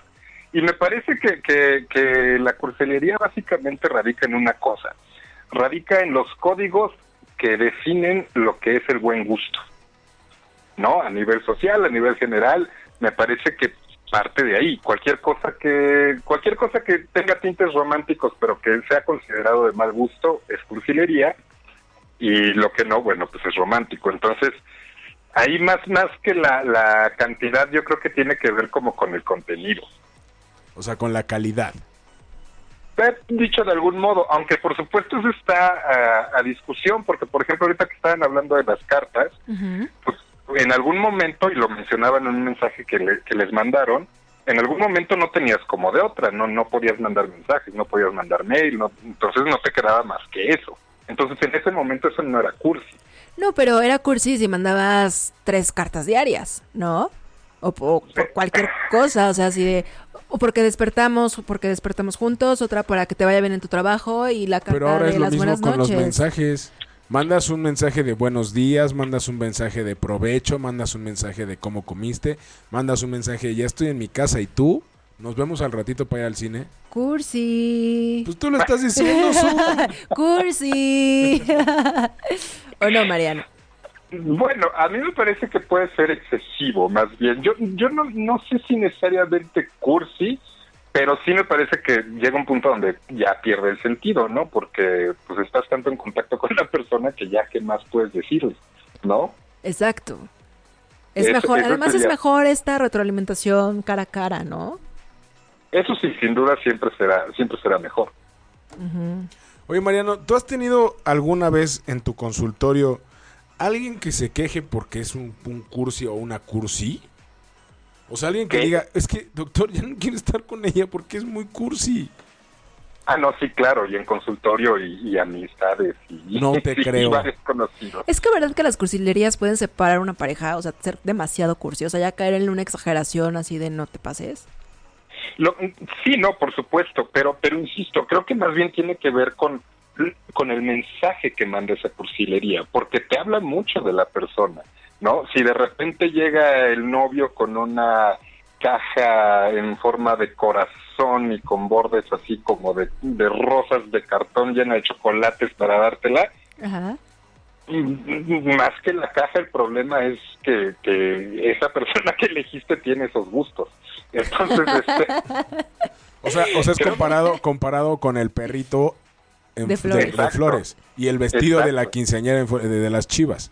Speaker 5: y me parece que, que- que la cursilería básicamente radica en una cosa, radica en los códigos que definen lo que es el buen gusto, ¿no? A nivel social, a nivel general, me parece que parte de ahí cualquier cosa que cualquier cosa que tenga tintes románticos pero que sea considerado de mal gusto es cursilería y lo que no, bueno, pues es romántico. Entonces, ahí más, más que la, la cantidad, yo creo que tiene que ver como con el contenido.
Speaker 2: O sea, con la calidad.
Speaker 5: Eh, Dicho de algún modo, aunque por supuesto eso está a, a discusión, porque por ejemplo ahorita que estaban hablando de las cartas, pues, en algún momento, y lo mencionaban en un mensaje que, le- que les mandaron, en algún momento no tenías como de otra, no, no podías mandar mensajes, no podías mandar mail, no- entonces no te quedaba más que eso. Entonces en ese momento eso no era cursi.
Speaker 3: No, pero era cursi si mandabas tres cartas diarias, ¿no? O, po- por cualquier cosa, o sea, así de... O porque despertamos, o porque despertamos juntos, otra para que te vaya bien en tu trabajo y la carta
Speaker 2: Pero ahora
Speaker 3: de
Speaker 2: es lo
Speaker 3: las
Speaker 2: mismo
Speaker 3: buenas
Speaker 2: con los
Speaker 3: noches.
Speaker 2: mensajes. Mandas un mensaje de buenos días, mandas un mensaje de provecho, mandas un mensaje de cómo comiste, mandas un mensaje de ya estoy en mi casa y tú, nos vemos al ratito para ir al cine.
Speaker 3: Cursi.
Speaker 2: Pues tú lo estás diciendo, Su.
Speaker 3: Cursi. o no, Mariano.
Speaker 5: Bueno, a mí me parece que puede ser excesivo, más bien. Yo, yo no, no sé si necesariamente cursi, pero sí me parece que llega un punto donde ya pierde el sentido, ¿no? Porque pues estás tanto en contacto con la persona que ya qué más puedes decirle, ¿no?
Speaker 3: Exacto. Es
Speaker 5: Eso-
Speaker 3: mejor,
Speaker 5: eso
Speaker 3: además es
Speaker 5: sería.
Speaker 3: mejor esta retroalimentación cara a cara, ¿no?
Speaker 5: Eso sí, sin duda siempre será, siempre será mejor.
Speaker 2: Oye, Mariano, ¿tú has tenido alguna vez en tu consultorio alguien que se queje porque es un, un cursi o una cursi? O sea, alguien que
Speaker 5: ¿Qué?
Speaker 2: diga, es que, doctor, ya no quiero estar con ella porque es muy cursi.
Speaker 5: Ah, no, sí, claro, y en consultorio y, y amistades. Y,
Speaker 2: No te
Speaker 5: y
Speaker 2: creo.
Speaker 5: varios conocidos.
Speaker 3: Es que verdad que las cursilerías pueden separar una pareja, o sea, ser demasiado cursi, o sea, ya caer en una exageración así de no te pases.
Speaker 5: Lo- sí, no, por supuesto, pero, pero insisto, creo que más bien tiene que ver con, con el mensaje que manda esa cursilería, porque te habla mucho de la persona, ¿no? Si de repente llega el novio con una caja en forma de corazón y con bordes así como de, de rosas de cartón llena de chocolates para dártela.
Speaker 3: Ajá.
Speaker 5: Mm, Más que la caja, el problema es que, que esa persona que elegiste tiene esos gustos. Entonces, este,
Speaker 2: O sea, o sea, es comparado, comparado con el perrito en-
Speaker 3: De
Speaker 2: de,
Speaker 3: flores.
Speaker 2: de flores y el vestido de la
Speaker 5: Exacto.
Speaker 2: quinceañera en fu- de, de las chivas.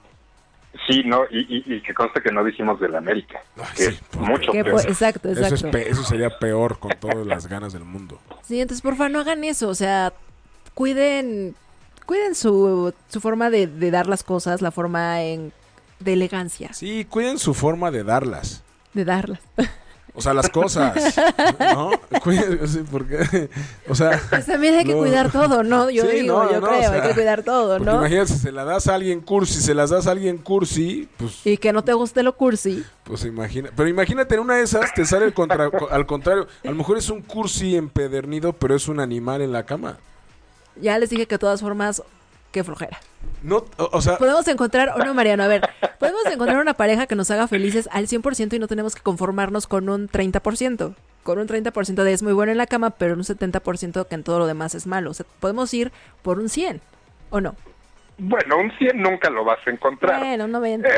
Speaker 5: sí, no, y, y- y que conste que no dijimos del América,
Speaker 2: Ay,
Speaker 5: que
Speaker 2: sí,
Speaker 5: es
Speaker 2: porque-
Speaker 5: mucho
Speaker 3: Que,
Speaker 5: peor.
Speaker 3: pues, exacto,
Speaker 2: Eso, es
Speaker 3: exacto.
Speaker 2: pe- eso sería peor con todas las ganas del mundo.
Speaker 3: Sí, entonces porfa no hagan eso, o sea, cuiden, cuiden su, su forma de, de dar las cosas, la forma en, de elegancia
Speaker 2: Sí, cuiden su forma de darlas.
Speaker 3: de darlas.
Speaker 2: O sea, las cosas. ¿No? Cuiden, o sea, porque, o sea,
Speaker 3: Pues también hay que
Speaker 2: No.
Speaker 3: cuidar todo, ¿no? Yo
Speaker 2: Sí,
Speaker 3: digo,
Speaker 2: no,
Speaker 3: yo
Speaker 2: no,
Speaker 3: creo,
Speaker 2: o sea,
Speaker 3: hay que cuidar todo,
Speaker 2: porque
Speaker 3: ¿no?
Speaker 2: imagínate, si se la das a alguien cursi, si se las das a alguien cursi, pues,
Speaker 3: Y que no te guste lo cursi.
Speaker 2: pues imagina. Pero imagínate, en una de esas te sale el contra- al contrario. A lo mejor es un cursi empedernido, pero es un animal en la cama.
Speaker 3: Ya les dije que de todas formas, qué flojera.
Speaker 2: No, o, o sea,
Speaker 3: Podemos encontrar, o no, Mariano, a ver, podemos encontrar una pareja que nos haga felices al 100% y no tenemos que conformarnos con un 30%. Con un 30% de es muy bueno en la cama, pero un 70% que en todo lo demás es malo. O sea, podemos ir por un 100, ¿o no?
Speaker 5: Bueno, un 100 nunca lo vas a encontrar.
Speaker 3: Bueno, un 90.
Speaker 5: Eh,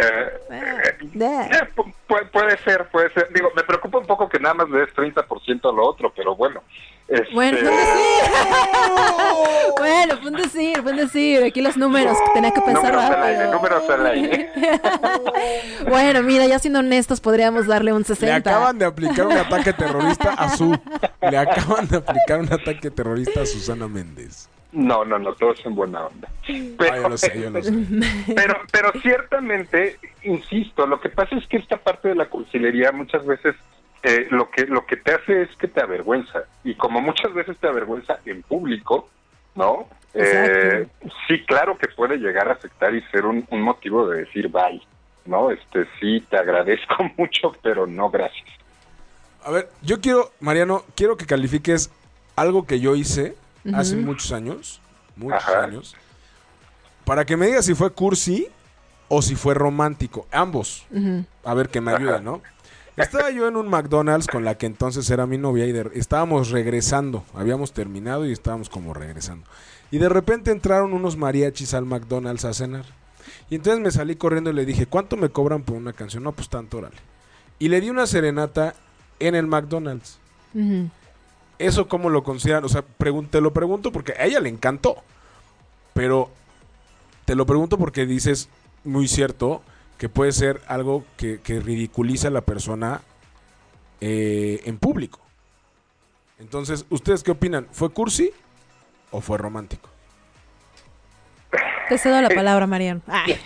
Speaker 3: Ah,
Speaker 5: Eh, pu- pu- puede ser, puede ser. Digo, me preocupa un poco que nada más le des 30% a lo otro, pero bueno. Este,
Speaker 3: Bueno, fue un decir. bueno, fue un decir, fue un decir. Aquí los números, que tenía que pensar
Speaker 5: números al
Speaker 3: rápido.
Speaker 5: aire, números al aire.
Speaker 3: Bueno, mira, ya siendo honestos, podríamos darle un 60.
Speaker 2: le acaban de aplicar un ataque terrorista a su. Le acaban de aplicar un ataque terrorista a Susana Méndez.
Speaker 5: No, no, no, todo es en buena onda. Pero,
Speaker 2: Ah, yo lo sé, yo lo sé.
Speaker 5: pero, pero ciertamente, insisto, lo que pasa es que esta parte de la cursilería muchas veces eh, lo que lo que te hace es que te avergüenza y como muchas veces te avergüenza en público, ¿no? Eh, sí, claro que puede llegar a afectar y ser un, un motivo de decir bye, ¿no? Este sí te agradezco mucho, pero no gracias.
Speaker 2: A ver, yo quiero, Mariano, quiero que califiques algo que yo hice hace muchos años, muchos
Speaker 5: Ajá.
Speaker 2: años, para que me digas si fue cursi o si fue romántico, ambos.
Speaker 3: Ujú.
Speaker 2: A ver, que me ayuda, ¿no? Estaba yo en un McDonald's con la que entonces era mi novia y de- estábamos regresando. Habíamos terminado y estábamos como regresando. Y de repente entraron unos mariachis al McDonald's a cenar. Y entonces me salí corriendo y le dije, ¿cuánto me cobran por una canción? No, pues tanto, órale. Y le di una serenata en el McDonald's.
Speaker 3: Ujú.
Speaker 2: ¿Eso cómo lo consideran? O sea, pregun- te lo pregunto porque a ella le encantó. Pero te lo pregunto porque dices, muy cierto, que puede ser algo que, que ridiculiza a la persona eh, en público. Entonces, ¿ustedes qué opinan? ¿Fue cursi o fue romántico?
Speaker 3: Te cedo
Speaker 2: Eh.
Speaker 3: la palabra, Ah, Mariano. Ay,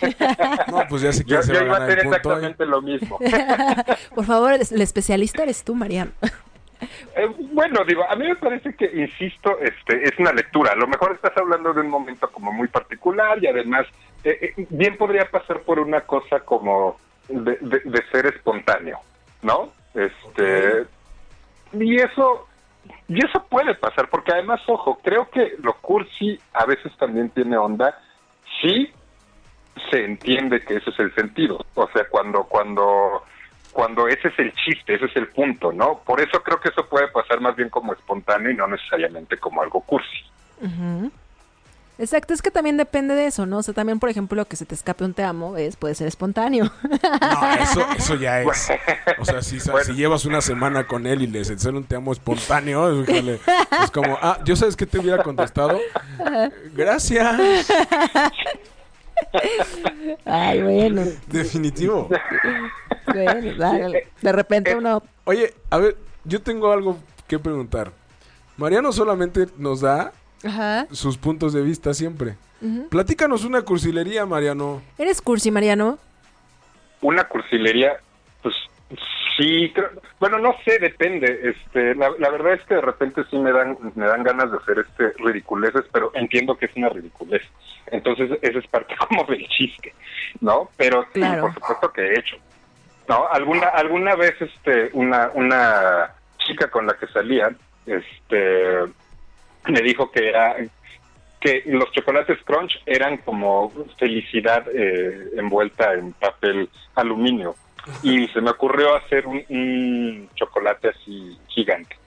Speaker 2: No, pues ya sé
Speaker 5: Yo,
Speaker 2: quién se va
Speaker 5: yo
Speaker 2: a
Speaker 5: iba a
Speaker 2: ganar
Speaker 5: hacer
Speaker 2: el punto. ¿eh?
Speaker 5: exactamente lo mismo.
Speaker 3: por favor, el, el especialista eres tú, Mariano.
Speaker 5: Eh, bueno, digo, a mí me parece que, insisto, este, es una lectura. A lo mejor estás hablando de un momento como muy particular y además eh, eh, bien podría pasar por una cosa como de, de- de ser espontáneo, ¿no? Este, Y eso y eso puede pasar, porque además, ojo, creo que lo cursi a veces también tiene onda. Sí, se entiende que ese es el sentido. O sea, cuando, cuando, cuando ese es el chiste, ese es el punto, ¿no? Por eso creo que eso puede pasar más bien como espontáneo y no necesariamente como algo cursi.
Speaker 3: Ujú. Exacto, es que también depende de eso, ¿no? O sea, también, por ejemplo, que se te escape un te amo es, puede ser espontáneo.
Speaker 2: No, eso, eso ya es. O sea, si, sa- si llevas una semana con él y le sale un te amo espontáneo, híjole, es como, ah, ¿yo sabes qué te hubiera contestado? Gracias.
Speaker 3: Ay, bueno,
Speaker 2: Definitivo.
Speaker 3: bueno,
Speaker 2: eh,
Speaker 3: dale. De repente uno...
Speaker 2: Oye, a ver, yo tengo algo que preguntar. Mariano solamente nos da
Speaker 3: Ajá.
Speaker 2: sus puntos de vista siempre. Platícanos una cursilería, Mariano.
Speaker 3: ¿Eres cursi, Mariano?
Speaker 5: una cursilería, pues sí, creo- bueno, no sé, depende. Este, la, la verdad es que de repente sí me dan, me dan ganas de hacer este ridiculeces, pero entiendo que es una ridiculez. Entonces, eso es parte como del chiste, ¿no? Pero sí,
Speaker 3: Claro.
Speaker 5: por supuesto que he hecho. No, alguna, alguna vez, este, una, una chica con la que salía, este, me dijo que era que los chocolates crunch eran como felicidad eh, envuelta en papel aluminio. y se me ocurrió hacer un, un chocolate así gigante.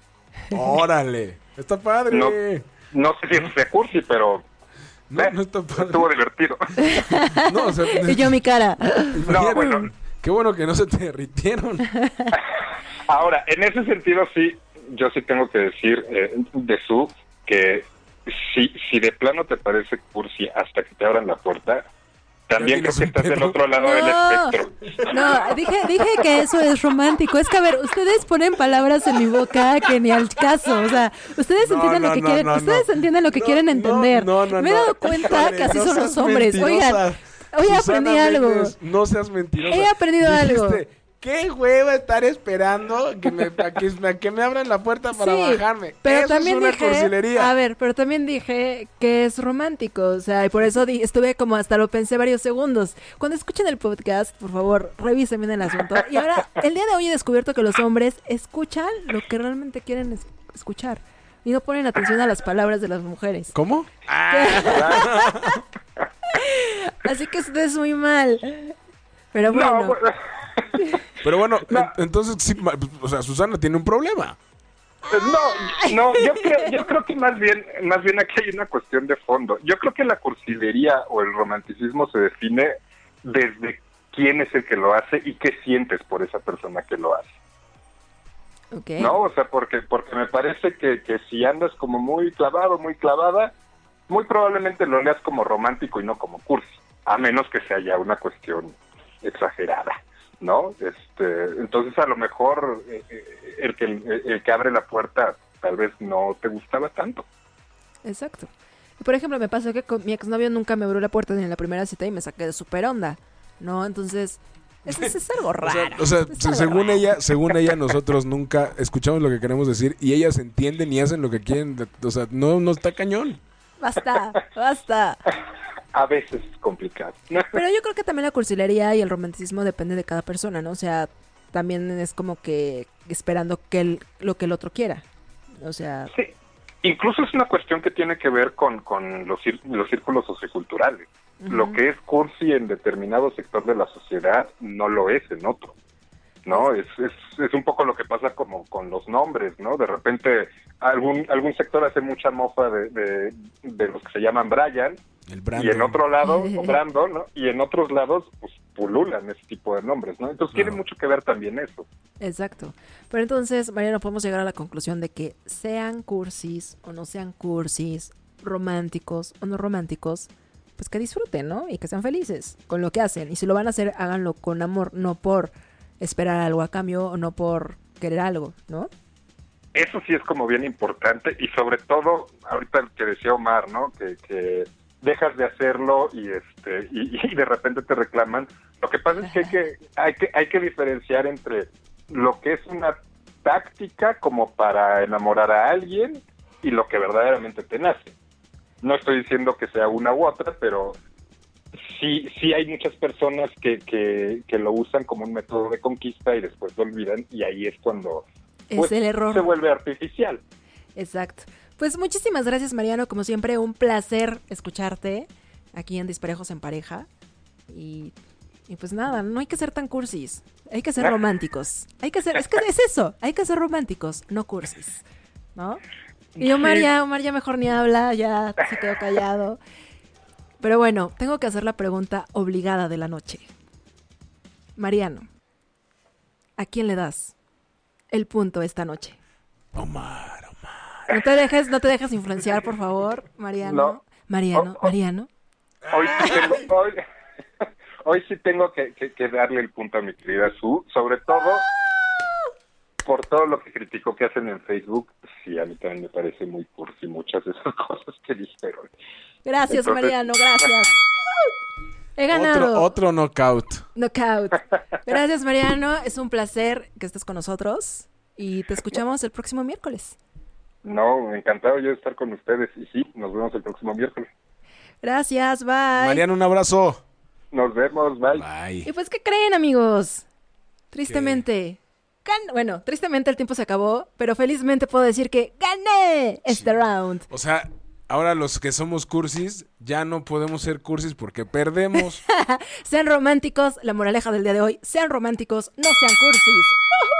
Speaker 2: Órale. Está padre.
Speaker 5: No. eh,
Speaker 2: No,
Speaker 5: No sé si es de cursi, pero eh,
Speaker 2: no está padre.
Speaker 5: estuvo divertido.
Speaker 2: No, o sea,
Speaker 3: Y yo mi cara.
Speaker 5: No, bueno.
Speaker 2: Qué bueno que no se te derritieron.
Speaker 5: Ahora, en ese sentido sí, yo sí tengo que decir eh, de su que si, si de plano te parece cursi hasta que te abran la puerta, también creo
Speaker 2: tienes
Speaker 5: que
Speaker 2: un
Speaker 5: estás del
Speaker 2: pedo.
Speaker 5: otro lado del
Speaker 3: No,
Speaker 5: espectro.
Speaker 3: no, dije, dije que eso es romántico. Es que, a ver, ustedes ponen palabras en mi boca que ni al caso. O sea, ustedes
Speaker 2: No,
Speaker 3: entienden
Speaker 2: no,
Speaker 3: lo que
Speaker 2: no,
Speaker 3: quieren,
Speaker 2: no, no.
Speaker 3: ustedes entienden lo que
Speaker 2: No,
Speaker 3: quieren
Speaker 2: no,
Speaker 3: entender.
Speaker 2: no, no,
Speaker 3: Me he
Speaker 2: no.
Speaker 3: dado cuenta
Speaker 2: Híjole,
Speaker 3: que así
Speaker 2: no
Speaker 3: son los
Speaker 2: seas
Speaker 3: hombres. Oigan,
Speaker 2: mentirosa.
Speaker 3: hoy aprendí
Speaker 2: Susana
Speaker 3: algo.
Speaker 2: Méndez, no seas mentirosa.
Speaker 3: He aprendido
Speaker 2: Dijiste,
Speaker 3: algo.
Speaker 2: Qué hueva estar esperando que me, a que, a que me abran la puerta para
Speaker 3: Sí,
Speaker 2: bajarme.
Speaker 3: Pero
Speaker 2: Eso
Speaker 3: también
Speaker 2: es una
Speaker 3: dije,
Speaker 2: cursilería.
Speaker 3: a ver, pero también dije que es romántico, o sea, y por eso di- estuve como hasta lo pensé varios segundos. Cuando escuchen el podcast, por favor, revisen bien el asunto. Y ahora, el día de hoy he descubierto que los hombres escuchan lo que realmente quieren es- escuchar y no ponen atención a las palabras de las mujeres.
Speaker 2: ¿Cómo? Ah,
Speaker 3: Así que esto es muy mal. Pero bueno,
Speaker 5: No, bueno,
Speaker 2: Pero bueno, en- entonces, sí, ma- o sea, Susana tiene un problema.
Speaker 5: no, no, yo creo, yo creo que más bien, más bien aquí hay una cuestión de fondo. Yo creo que la cursilería o el romanticismo se define desde quién es el que lo hace y qué sientes por esa persona que lo hace.
Speaker 3: ok.
Speaker 5: No, o sea, porque, porque me parece que, que si andas como muy clavado, muy clavada, muy probablemente lo leas como romántico y no como cursi, a menos que sea ya una cuestión exagerada, ¿no? Este, entonces a lo mejor eh, eh, el, que, el que abre la puerta tal vez no te gustaba tanto.
Speaker 3: Exacto. Y, Por ejemplo, me pasó que con mi exnovio nunca me abrió la puerta ni en la primera cita y me saqué de super onda. ¿No? Entonces, eso es, es algo
Speaker 2: O
Speaker 3: raro.
Speaker 2: sea, o sea,
Speaker 3: es algo
Speaker 2: según
Speaker 3: raro.
Speaker 2: ella, según ella, nosotros nunca escuchamos lo que queremos decir y ellas entienden y hacen lo que quieren. de- O sea, no, no está cañón.
Speaker 3: Basta, basta.
Speaker 5: A veces es complicado.
Speaker 3: Pero yo creo que también la cursilería y el romanticismo depende de cada persona, ¿no? O sea, también es como que esperando que el- lo que el otro quiera. O sea,
Speaker 5: Sí. Incluso es una cuestión que tiene que ver con, con los, cír- los círculos socioculturales. Lo que es cursi en determinado sector de la sociedad no lo es en otro. ¿No? Es, es, es un poco lo que pasa como con los nombres, ¿no? De repente algún, algún sector hace mucha mofa de, de, de los que se llaman Brian
Speaker 2: El brand.
Speaker 5: y en otro lado, o Brando, ¿no? Y en otros lados, pues pululan ese tipo de nombres, ¿no? Entonces tiene
Speaker 2: Claro.
Speaker 5: mucho que ver también eso.
Speaker 3: exacto. Pero entonces, Mariano, podemos llegar a la conclusión de que sean cursis o no sean cursis, románticos o no románticos, pues que disfruten, ¿no? Y que sean felices con lo que hacen. Y si lo van a hacer, háganlo con amor, no por esperar algo a cambio o no por querer algo, ¿no?
Speaker 5: Eso sí es como bien importante y sobre todo ahorita el que decía Omar, ¿no? Que, que dejas de hacerlo y este y, y de repente te reclaman. Lo que pasa es que hay que hay que hay que diferenciar entre lo que es una táctica como para enamorar a alguien y lo que verdaderamente te nace. No estoy diciendo que sea una u otra, pero sí sí hay muchas personas que, que, que lo usan como un método de conquista y después lo olvidan y ahí es cuando
Speaker 3: Es
Speaker 5: pues,
Speaker 3: el error.
Speaker 5: se vuelve artificial.
Speaker 3: Exacto. Pues muchísimas gracias, Mariano. Como siempre, un placer escucharte aquí en Disparejos en Pareja. Y, y pues nada, no hay que ser tan cursis. Hay que
Speaker 5: Ah.
Speaker 3: ser románticos. Hay que ser, es que es eso, hay que ser románticos, no cursis. ¿No? Y Omar
Speaker 5: Sí.
Speaker 3: ya, Omar ya mejor ni habla, ya se quedó callado. Pero bueno, tengo que hacer la pregunta obligada de la noche. Mariano, ¿a quién le das el punto esta noche?
Speaker 2: Omar, Omar.
Speaker 3: No te dejes, no te dejes influenciar, por favor, Mariano.
Speaker 5: No.
Speaker 3: Mariano,
Speaker 5: Oh, oh.
Speaker 3: Mariano.
Speaker 5: Hoy sí tengo, hoy, hoy sí tengo que, que- que darle el punto a mi querida Su, sobre todo por todo lo que criticó que hacen en Facebook. Sí, a mí también me parece muy cursi muchas de esas cosas que dijeron.
Speaker 3: Gracias,
Speaker 5: Entonces-
Speaker 3: Mariano, gracias. He
Speaker 2: Otro,
Speaker 3: ganado.
Speaker 2: otro knockout.
Speaker 3: Knockout. Gracias, Mariano. Es un placer que estés con nosotros y te escuchamos el próximo miércoles.
Speaker 5: No, encantado yo de estar con ustedes y sí, nos vemos el próximo miércoles.
Speaker 3: Gracias, bye.
Speaker 2: Mariano, un abrazo.
Speaker 5: Nos vemos, bye.
Speaker 2: Bye.
Speaker 3: Y pues, ¿qué creen, amigos? Tristemente. gan- Bueno, tristemente el tiempo se acabó, pero felizmente puedo decir que gané este round.
Speaker 2: O sea, ahora los que somos cursis ya no podemos ser cursis porque perdemos.
Speaker 3: Sean románticos, la moraleja del día de hoy, sean románticos, no sean cursis. ¡Woohoo!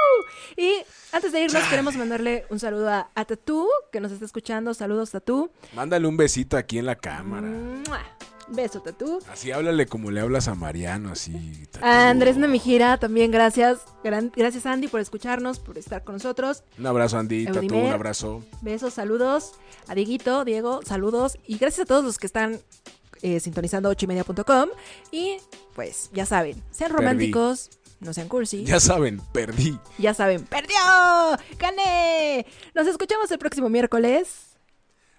Speaker 3: Y antes de irnos queremos mandarle un saludo a, a Tatú, que nos está escuchando. Saludos Tatú.
Speaker 2: Mándale un besito aquí en la cámara.
Speaker 3: ¡Mua! Beso Tatú.
Speaker 2: Así háblale como le hablas a Mariano, así. tatú.
Speaker 3: A Ah, Andrés Namijira también gracias. Gran- gracias Andy por escucharnos, por estar con nosotros.
Speaker 2: Un abrazo, Andy, Tatú,
Speaker 3: Eudimé.
Speaker 2: un abrazo.
Speaker 3: Besos, saludos a Dieguito, Diego, saludos y gracias a todos los que están eh, sintonizando 8ymedia.com y pues ya saben, sean
Speaker 2: Perdí.
Speaker 3: románticos, no sean cursi, ya.
Speaker 2: Ya saben, perdí.
Speaker 3: saben, perdió, gané. Nos escuchamos el próximo miércoles.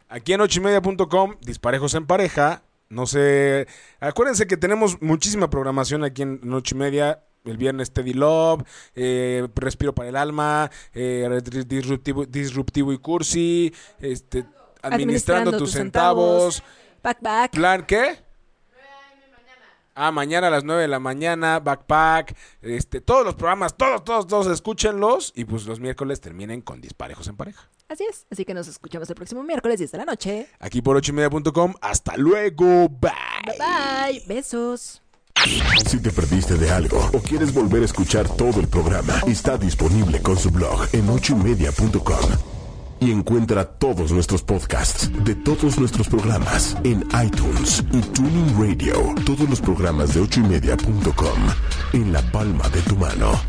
Speaker 2: Aquí en ochimedia.com, disparejos en pareja. No sé. Acuérdense que tenemos muchísima programación aquí en Noche y Media. El viernes Teddy Love, eh, Respiro para el Alma, eh, disruptivo, disruptivo y Cursi, este, Administrando, tus centavos.
Speaker 3: Back, back.
Speaker 2: ¿Plan qué? Ah, mañana a las 9 de la mañana, Backpack, este, todos los programas, todos, todos, todos, escúchenlos. Y pues los miércoles terminen con Disparejos en Pareja.
Speaker 3: Así es, así que nos escuchamos el próximo miércoles 10 de la noche.
Speaker 2: Aquí por 8ymedia.com. Hasta luego. Bye.
Speaker 3: Bye, besos.
Speaker 1: Si te perdiste de algo o quieres volver a escuchar todo el programa, está disponible con su blog en ochoymedia.com. Y encuentra todos nuestros podcasts de todos nuestros programas en iTunes y Tuning Radio. Todos los programas de ochoymedia.com en la palma de tu mano.